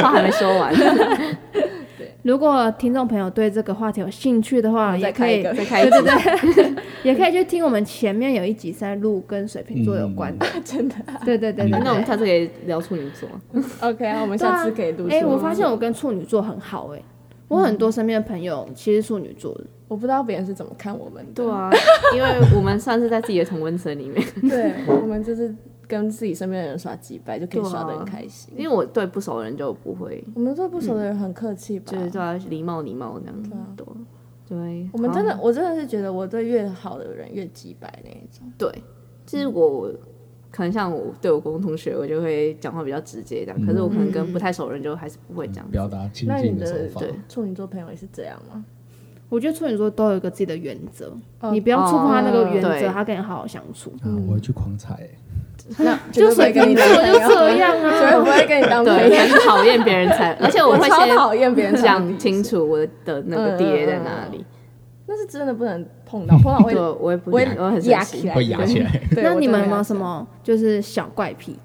Speaker 4: 话还没说完，
Speaker 3: 如果听众朋友对这个话题有兴趣的话，也
Speaker 2: 再
Speaker 3: 可
Speaker 2: 开
Speaker 3: 以
Speaker 2: 一个，
Speaker 4: 再开一集。
Speaker 3: 也可以去听我们前面有一集是在录跟水瓶座有关的，
Speaker 2: 真的。
Speaker 3: 对对
Speaker 2: 嗯
Speaker 3: 对对
Speaker 4: 那我们
Speaker 3: 对。
Speaker 4: 下次可以聊处女座，
Speaker 2: OK，啊我们
Speaker 3: 对啊
Speaker 2: 下次可以录。
Speaker 3: 哎，我发现我跟处女座很好哎，我很多身边的朋友其实处女座的，
Speaker 2: 我不知道别人是怎么看我们的。
Speaker 4: 对啊，因为我们算是在自己的同温层里面，
Speaker 2: 对，我们就是跟自己身边的人耍几百，就可以
Speaker 4: 对啊
Speaker 2: 耍得很开心。
Speaker 4: 因为我对不熟的人就不会，
Speaker 2: 我们对不熟的人很客气吧？
Speaker 4: 就是对啊，礼貌礼貌这样，对啊对，
Speaker 2: 我们真的
Speaker 4: 好，
Speaker 2: 我真的是觉得我对越好的人越鸡掰那一种。
Speaker 4: 对，就是我可能像我对我国中同学，我就会讲话比较直接一点，可是我可能跟不太熟的人就还是不会这样子。
Speaker 1: 表达亲
Speaker 2: 那
Speaker 1: 近
Speaker 2: 你
Speaker 1: 的
Speaker 2: 的
Speaker 1: 手法。
Speaker 4: 对
Speaker 2: 处女座朋友也是这样吗？
Speaker 3: 我觉得处女座都有一个自己的原则，
Speaker 2: 哦
Speaker 3: 你不要触碰他那个原
Speaker 4: 哦对
Speaker 3: 则，他跟你好好相处。
Speaker 1: 啊，我会去狂踩欸、
Speaker 2: 那
Speaker 3: 就水
Speaker 2: 谁跟你
Speaker 3: 瓶座
Speaker 2: 当朋
Speaker 3: 就
Speaker 2: 友？
Speaker 3: 这样啊，
Speaker 2: 绝对不会跟你当朋
Speaker 4: 对，
Speaker 2: 友。
Speaker 4: 很讨厌别人 踩，而且我会
Speaker 2: 超
Speaker 4: 先
Speaker 2: 讨厌别人踩
Speaker 4: 讲清楚我的那个 DA 在哪里，
Speaker 2: 那是真的不能碰到，碰到会
Speaker 4: 对，我也不
Speaker 2: 我
Speaker 4: 我
Speaker 2: 也
Speaker 4: 也很生
Speaker 2: 压起
Speaker 4: 气。
Speaker 2: 来，
Speaker 1: 会压起来。
Speaker 2: 对。对
Speaker 3: 那你们有没有什？
Speaker 2: 我真的压起来
Speaker 3: 么就是小怪癖？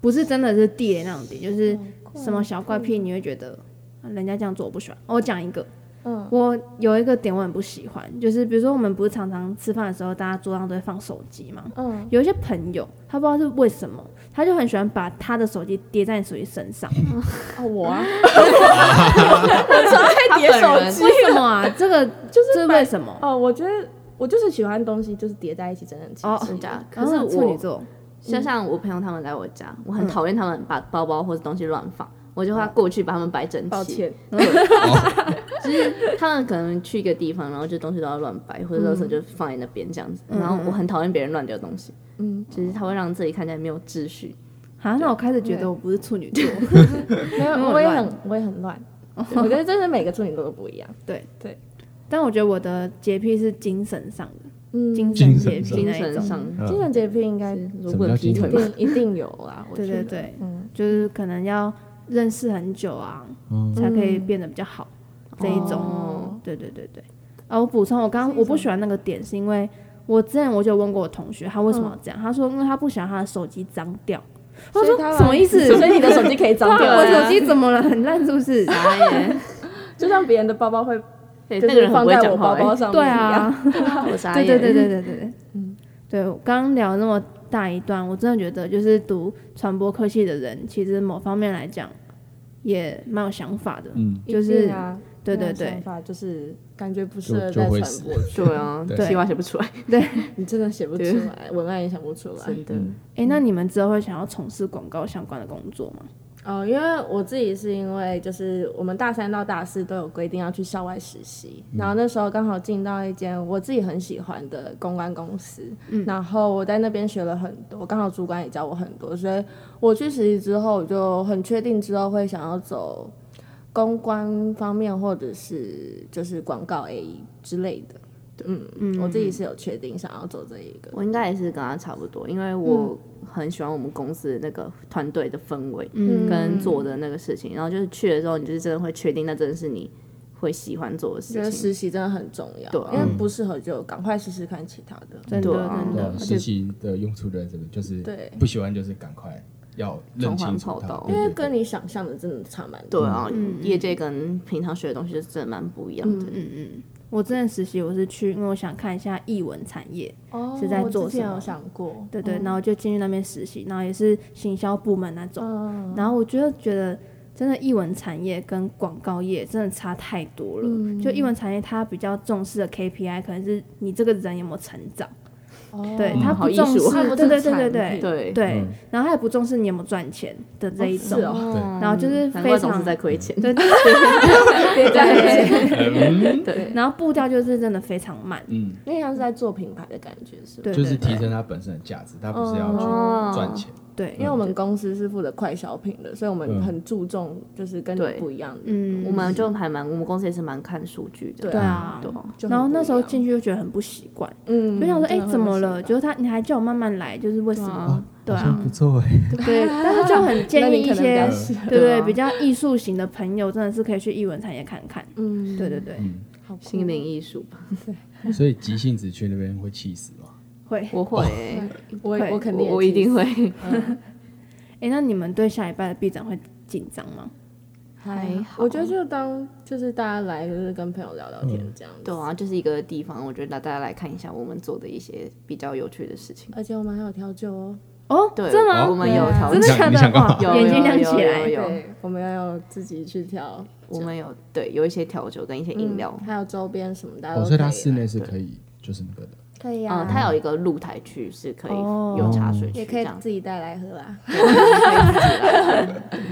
Speaker 3: 不是真的是地雷那种点，就是什么小怪癖，你会觉得啊人家这样做我不喜欢。哦我讲一个，
Speaker 2: 嗯，
Speaker 3: 我有一个点我很不喜欢，就是比如说我们不是常常吃饭的时候，大家桌上都会放手机嘛。
Speaker 2: 嗯，
Speaker 3: 有一些朋友，他不知道是为什么，他就很喜欢把他的手机叠在你手机身上。
Speaker 2: 哦，我啊，
Speaker 4: 他
Speaker 2: 叠手
Speaker 4: 本人
Speaker 2: 机
Speaker 3: 为什么啊？这个就是这是为什么？
Speaker 2: 哦，我觉得我就是喜欢东西就是叠在一起，真的很奇怪。
Speaker 3: 哦
Speaker 4: 真假？可
Speaker 3: 可
Speaker 4: 是
Speaker 3: 是处女
Speaker 4: 我
Speaker 3: 座，
Speaker 4: 就像我朋友他们来我家，我很讨厌他们把包包或者东西乱放，我就会过去把他们摆整齐。
Speaker 2: 抱歉，
Speaker 4: 他们可能去一个地方，然后就东西都要乱摆，或者垃圾就放在那边这样子。然后我很讨厌别人乱丢东西，
Speaker 2: 嗯，
Speaker 4: 就是他会让自己看起来没有秩序。
Speaker 3: 啊，那我开始觉得我不是处女座。
Speaker 2: 没有，
Speaker 3: 因为我
Speaker 2: 我也
Speaker 3: 乱
Speaker 2: 很，我也很 乱。对我觉得真是每个处女座都不一样。
Speaker 3: 但我觉得我的洁癖是精神上的，
Speaker 2: 嗯，
Speaker 3: 精
Speaker 1: 精
Speaker 3: 神
Speaker 1: 神上
Speaker 3: 洁癖
Speaker 4: 精
Speaker 3: 那一
Speaker 4: 神
Speaker 3: 种。
Speaker 4: 上，
Speaker 1: 嗯
Speaker 2: 精神洁癖应该一
Speaker 4: 如
Speaker 1: 什
Speaker 4: 果
Speaker 1: 么叫
Speaker 4: 劈
Speaker 1: 精
Speaker 4: 腿
Speaker 1: 神
Speaker 4: 嘛，
Speaker 2: 定一定有啦。我
Speaker 3: 对
Speaker 2: 觉
Speaker 3: 对
Speaker 2: 得，
Speaker 3: 对，
Speaker 2: 嗯，
Speaker 3: 就是可能要认识很久啊，
Speaker 5: 嗯
Speaker 3: 才可以变得比较好、这一种。
Speaker 2: 哦
Speaker 3: 对对对对。啊，我补充，我刚刚我不喜欢那个点，是因为我之前我就问过我同学，他为什么要这样？他说因为他不想他的手机脏掉。我
Speaker 2: 所
Speaker 3: 说
Speaker 2: 以他把
Speaker 3: 什么意思？
Speaker 2: 所以你的手机可以脏
Speaker 3: 哇
Speaker 2: 掉
Speaker 3: 我
Speaker 2: 啊，
Speaker 3: 手机怎么了？很烂是不是？
Speaker 4: 傻眼。
Speaker 2: 就像别人的包包会
Speaker 4: 对，
Speaker 2: 就
Speaker 4: 那个
Speaker 2: 是
Speaker 4: 人很
Speaker 2: 放
Speaker 4: 不会
Speaker 2: 在我
Speaker 4: 讲
Speaker 2: 包
Speaker 4: 话、
Speaker 2: 包
Speaker 4: 欸。
Speaker 2: 上面
Speaker 3: 对
Speaker 2: 一样。
Speaker 3: 啊。
Speaker 4: 我 傻
Speaker 3: 对
Speaker 4: 眼。
Speaker 3: 对对对对对对，
Speaker 2: 嗯
Speaker 3: 嗯，对我刚刚聊那么大一段，我真的觉得就是读传播科系的人，其实某方面来讲也蛮有想法的，
Speaker 5: 嗯，
Speaker 3: 就是
Speaker 2: 一定啊，
Speaker 3: 对对
Speaker 2: 那种想
Speaker 3: 对
Speaker 2: 法就是感觉不适合
Speaker 5: 就
Speaker 2: 再
Speaker 5: 就会
Speaker 2: 传
Speaker 5: 死
Speaker 2: 播 去，
Speaker 4: 对啊，
Speaker 1: 对
Speaker 4: 计划写 不出来，
Speaker 2: 你真的写不
Speaker 4: 对
Speaker 2: 出来，文案也想不出来。
Speaker 4: 真的。
Speaker 2: 嗯
Speaker 3: 哎，那你们之后会想要从事广告相关的工作吗？
Speaker 2: 哦，因为我自己是因为就是我们大三到大四都有规定要去校外实习，然后那时候刚好进到一间我自己很喜欢的公关公司，然后我在那边学了很多，刚好主管也教我很多，所以我去实习之后，我就很确定之后会想要走公关方面或者是就是广告 A E 之类的。嗯嗯，我自己是有确定想要走这一个。
Speaker 4: 我应该也是跟他差不多，因为
Speaker 2: 嗯
Speaker 4: 我很喜欢我们公司的那个团队的氛围，
Speaker 3: 嗯
Speaker 4: 跟做的那个事情。然后就是去了之后，你就是真的会确定那真的是你会喜欢做的
Speaker 2: 觉
Speaker 4: 事
Speaker 2: 得
Speaker 4: 情。
Speaker 2: 实习真的很重要，
Speaker 4: 对啊
Speaker 2: 因为不适合就赶快试试看其他的。
Speaker 3: 真的
Speaker 4: 对啊
Speaker 3: 真
Speaker 1: 对
Speaker 3: 的
Speaker 1: 啊，，
Speaker 4: 且
Speaker 1: 实习的用处就在这边，就是
Speaker 2: 对
Speaker 1: 不喜欢就是赶快要认清楚
Speaker 4: 转换跑
Speaker 1: 它
Speaker 4: 道，
Speaker 1: 对
Speaker 2: 因为
Speaker 1: 对
Speaker 2: 跟你想象的真的差蛮多。
Speaker 4: 对啊，业界跟平常学的东西就是真的蛮不一样的。
Speaker 3: 嗯我之前实习我是去，因为我想看一下艺文产业，
Speaker 2: 哦
Speaker 3: 是在做
Speaker 2: 我之前
Speaker 3: 什么
Speaker 2: 有想过，
Speaker 3: 对对，然后就进去那边实习，然后也是行销部门那种，
Speaker 2: 嗯，
Speaker 3: 然后我就觉得，真的艺文产业跟广告业真的差太多了。
Speaker 2: 嗯
Speaker 3: 就艺文产业，它比较重视的 KPI 可能是你这个人有没有成长，
Speaker 2: 哦
Speaker 3: 对，
Speaker 1: 嗯
Speaker 3: 它
Speaker 4: 好
Speaker 3: 不
Speaker 4: 艺
Speaker 3: 重
Speaker 4: 术
Speaker 3: 视，
Speaker 2: 啊它不
Speaker 3: 对对
Speaker 2: 重
Speaker 3: 对
Speaker 2: 产
Speaker 3: 对
Speaker 2: 品
Speaker 3: 对
Speaker 4: 对，
Speaker 3: 对，然后它也不重视你有没有赚钱的这一
Speaker 2: 是
Speaker 3: 种。
Speaker 2: 哦，
Speaker 4: 嗯
Speaker 3: 然后就是
Speaker 4: 难
Speaker 3: 非
Speaker 4: 怪总
Speaker 3: 常
Speaker 4: 是在亏钱。
Speaker 3: 对对
Speaker 2: 别这样 子，
Speaker 3: 对，然后步调就是真的非常慢，
Speaker 1: 嗯，
Speaker 2: 因为像是在做品牌的感觉是吧？
Speaker 3: 对
Speaker 1: 就是
Speaker 3: 对
Speaker 1: 提
Speaker 3: 对
Speaker 1: 升它本身的价值，它不是要
Speaker 4: 哦
Speaker 1: 去赚钱。嗯
Speaker 2: 因
Speaker 3: 对，
Speaker 2: 为我们公司是负责快消品的，所以我们很注重就是跟你
Speaker 4: 对
Speaker 2: 不一样的。
Speaker 3: 嗯，
Speaker 4: 我们就还蛮，我们公司也是蛮看数据的。
Speaker 2: 对
Speaker 3: 对啊
Speaker 4: 对啊，
Speaker 2: 就很
Speaker 3: 然后
Speaker 2: 不
Speaker 3: 那
Speaker 2: 一
Speaker 3: 时候
Speaker 2: 样，
Speaker 3: 进去就觉得很不习惯，
Speaker 2: 嗯，
Speaker 3: 就想说，
Speaker 2: 真
Speaker 3: 哎
Speaker 2: 的，会
Speaker 3: 怎么
Speaker 2: 很
Speaker 3: 了？
Speaker 2: 习
Speaker 3: 就
Speaker 2: 惯
Speaker 3: 是他，你还叫我慢慢来，就是为什么？对
Speaker 1: 好像
Speaker 3: 啊
Speaker 1: 不，错哎，
Speaker 3: 对，但是就很
Speaker 2: 那
Speaker 3: 建议
Speaker 2: 你可
Speaker 3: 一
Speaker 2: 能比
Speaker 3: 些
Speaker 2: 较适
Speaker 1: 嗯
Speaker 2: 合，
Speaker 3: 对
Speaker 4: 对
Speaker 3: 对，
Speaker 4: 啊
Speaker 3: 比较艺术型的朋友真的是可以去艺文产业看看。
Speaker 2: 嗯，
Speaker 3: 对对，对，
Speaker 2: 好酷
Speaker 4: 心灵艺术吧，
Speaker 1: 所以急性子去那边会气死嘛？
Speaker 3: 会。
Speaker 4: 我会欸，
Speaker 2: 我
Speaker 3: 会
Speaker 2: 我肯定
Speaker 4: 我
Speaker 2: 也
Speaker 4: 我一定会。
Speaker 3: 哎，那你们对下礼拜的闭展会紧张吗？
Speaker 2: 还
Speaker 4: 还
Speaker 2: 好，我觉得就当就是大家来就是跟朋友聊聊
Speaker 1: 嗯
Speaker 2: 天这样子。
Speaker 4: 对啊，就是一个地方，我觉得大家来看一下我们做的一些比较有趣的事情。
Speaker 2: 而且我们还有调酒哦，
Speaker 3: 哦，
Speaker 4: 对，
Speaker 3: 真的
Speaker 4: 我
Speaker 3: 吗？
Speaker 4: 们有调
Speaker 3: 真
Speaker 4: 整
Speaker 3: 的
Speaker 1: 你想啊你想
Speaker 3: 假的？
Speaker 1: 干嘛
Speaker 3: 哇，
Speaker 4: 有
Speaker 3: 眼
Speaker 4: 有
Speaker 3: 睛亮
Speaker 4: 有
Speaker 3: 起
Speaker 4: 有
Speaker 3: 来。
Speaker 4: 有
Speaker 2: 对，我们要有自己去调
Speaker 4: 我们有对有一些调酒跟一些饮料，
Speaker 2: 嗯还有周边什么，大家
Speaker 1: 哦，
Speaker 2: 都
Speaker 1: 所以
Speaker 2: 可
Speaker 1: 它
Speaker 2: 以
Speaker 1: 室
Speaker 2: 来
Speaker 1: 内是可以，就是那个的，
Speaker 2: 可以
Speaker 4: 嗯，它有一个露台区是可以有茶水
Speaker 2: 哦也
Speaker 4: 区，
Speaker 2: 可
Speaker 4: 这
Speaker 2: 以
Speaker 4: 样
Speaker 2: 自己带来喝啦，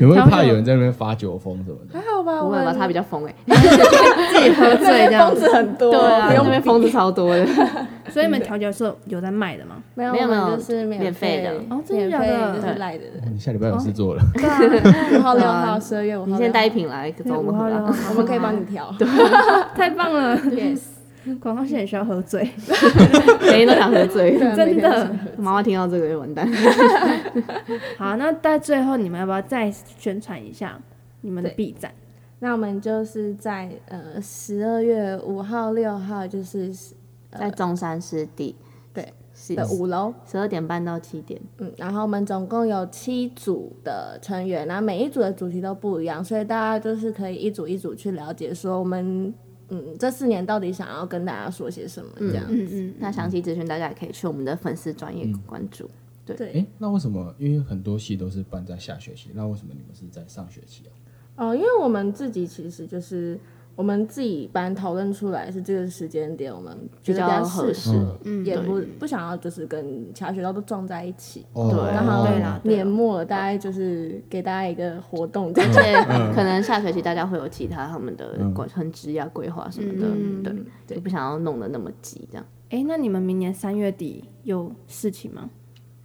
Speaker 1: 有没有怕有人在那边发酒疯什么的？
Speaker 2: 还好吧？
Speaker 4: 不会吧？
Speaker 2: 们
Speaker 4: 它比较疯哎，
Speaker 3: 自己喝醉这样
Speaker 2: 疯
Speaker 3: 子。
Speaker 2: 子很多，
Speaker 4: 对啊，
Speaker 2: 不
Speaker 4: 那
Speaker 2: 用
Speaker 4: 边疯子超多的，
Speaker 3: 所以你们调酒是有在卖的吗？
Speaker 2: 没有
Speaker 4: 没有
Speaker 2: 我们
Speaker 4: 没有
Speaker 2: 就是
Speaker 4: 免费的
Speaker 3: 哦真的
Speaker 2: 免
Speaker 3: 假
Speaker 2: 费
Speaker 3: 的
Speaker 2: 就是
Speaker 4: 对
Speaker 2: 来的啊人。
Speaker 1: 你下礼拜有事做了，
Speaker 3: 对啊，
Speaker 2: 五号、六号、十二月五号，
Speaker 4: 你先带一，瓶来
Speaker 3: 对
Speaker 4: 找我 们
Speaker 3: 五号
Speaker 4: 喝
Speaker 3: 六
Speaker 4: 啊。
Speaker 3: 号
Speaker 2: 我们可以帮你调。对
Speaker 3: 太棒了！
Speaker 2: ，yes，
Speaker 3: 广告线也需要喝醉，
Speaker 4: 每天都想喝醉，
Speaker 3: 真的。
Speaker 4: 妈妈听到这个就完蛋。
Speaker 3: 好，那在最后你们要不要再宣传一下你们的
Speaker 2: 对
Speaker 3: B 站？
Speaker 2: 那我们就是在呃十二月五号、六号，就是
Speaker 4: 在中山湿地，
Speaker 2: 对，
Speaker 4: 是
Speaker 2: 的五楼，
Speaker 4: 十二点半到七点，
Speaker 2: 嗯，然后我们总共有七组的成员，然后每一组的主题都不一样，所以大家就是可以一组一组去了解，说我们嗯这四年到底想要跟大家说些什么这样。
Speaker 3: 嗯嗯，
Speaker 4: 那详细资讯大家也可以去我们的粉丝专业关注。
Speaker 2: 对
Speaker 1: 哎、
Speaker 4: 嗯
Speaker 1: 那为什么？因为很多戏都是办在下学期，那为什么你们是在上学期啊？
Speaker 2: 哦、因为我们自己其实就是我们自己班讨论出来是这个时间点，我们觉得
Speaker 4: 比较
Speaker 2: 较
Speaker 4: 合
Speaker 2: 适
Speaker 4: 适
Speaker 2: 合，
Speaker 3: 嗯
Speaker 2: 也
Speaker 4: 对
Speaker 2: 不不想要就是跟其他学校都撞在一起。
Speaker 1: 哦
Speaker 4: 对啊
Speaker 2: 然后
Speaker 3: 对啦对啦
Speaker 2: 年末大概就是给大家一个活动这
Speaker 3: 嗯
Speaker 4: 而
Speaker 2: 样，
Speaker 4: 且可能下学期大家会有其他他们的管很职业规划什么的，
Speaker 3: 嗯
Speaker 4: 对，就不想要弄得那么急这样。
Speaker 3: 哎，那你们明年三月底有事情吗？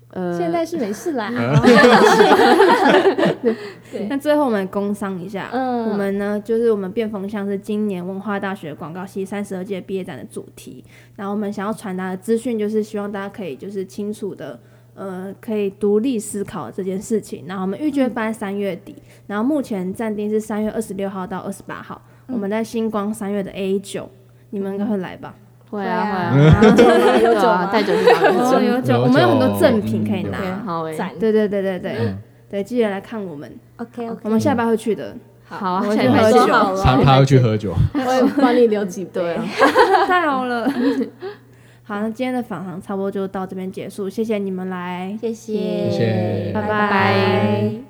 Speaker 4: 呃，
Speaker 2: 现在是没事啦。
Speaker 4: 嗯
Speaker 2: 对
Speaker 3: 那最后我们工商一下，
Speaker 2: 嗯
Speaker 3: 我们呢就是我们变风向是今年文化大学广告系三十二届毕业展的主题，然后我们想要传达的资讯就是希望大家可以就是清楚的。呃，可以独立思考这件事情。然后我们预决班三月底，然后目前暂定是三月二十六号到二十八号，我们在星光三月的 A 九，你们应该会来吧？
Speaker 4: 会
Speaker 2: 啊
Speaker 4: 啊 会啊，
Speaker 2: 酒吗
Speaker 3: 嗯
Speaker 2: 有
Speaker 4: 对
Speaker 2: 酒
Speaker 4: 啊
Speaker 2: 吗，
Speaker 4: 带酒去打 个
Speaker 3: 哦， 有酒，
Speaker 1: 有
Speaker 3: 我们有很多
Speaker 1: 酒
Speaker 3: 赠品可以
Speaker 1: 嗯
Speaker 3: 拿。
Speaker 4: 酒，好诶，
Speaker 2: 赞
Speaker 3: 对对对对对、
Speaker 1: 嗯
Speaker 3: 对，记得来看我们，
Speaker 2: OK OK，
Speaker 3: 我们下班会去的，
Speaker 4: 好啊，
Speaker 3: 我
Speaker 4: 下
Speaker 3: 去
Speaker 4: 礼拜
Speaker 3: 喝
Speaker 4: 见
Speaker 3: 酒
Speaker 2: 好
Speaker 1: 他
Speaker 2: 了，
Speaker 1: 他要去喝酒，
Speaker 2: 我也帮你留几杯。
Speaker 3: 太好了。 好，那今天的访谈差不多就到这边结束，谢谢你们来。
Speaker 2: 谢
Speaker 1: 谢谢
Speaker 2: 拜
Speaker 3: 拜拜
Speaker 2: 拜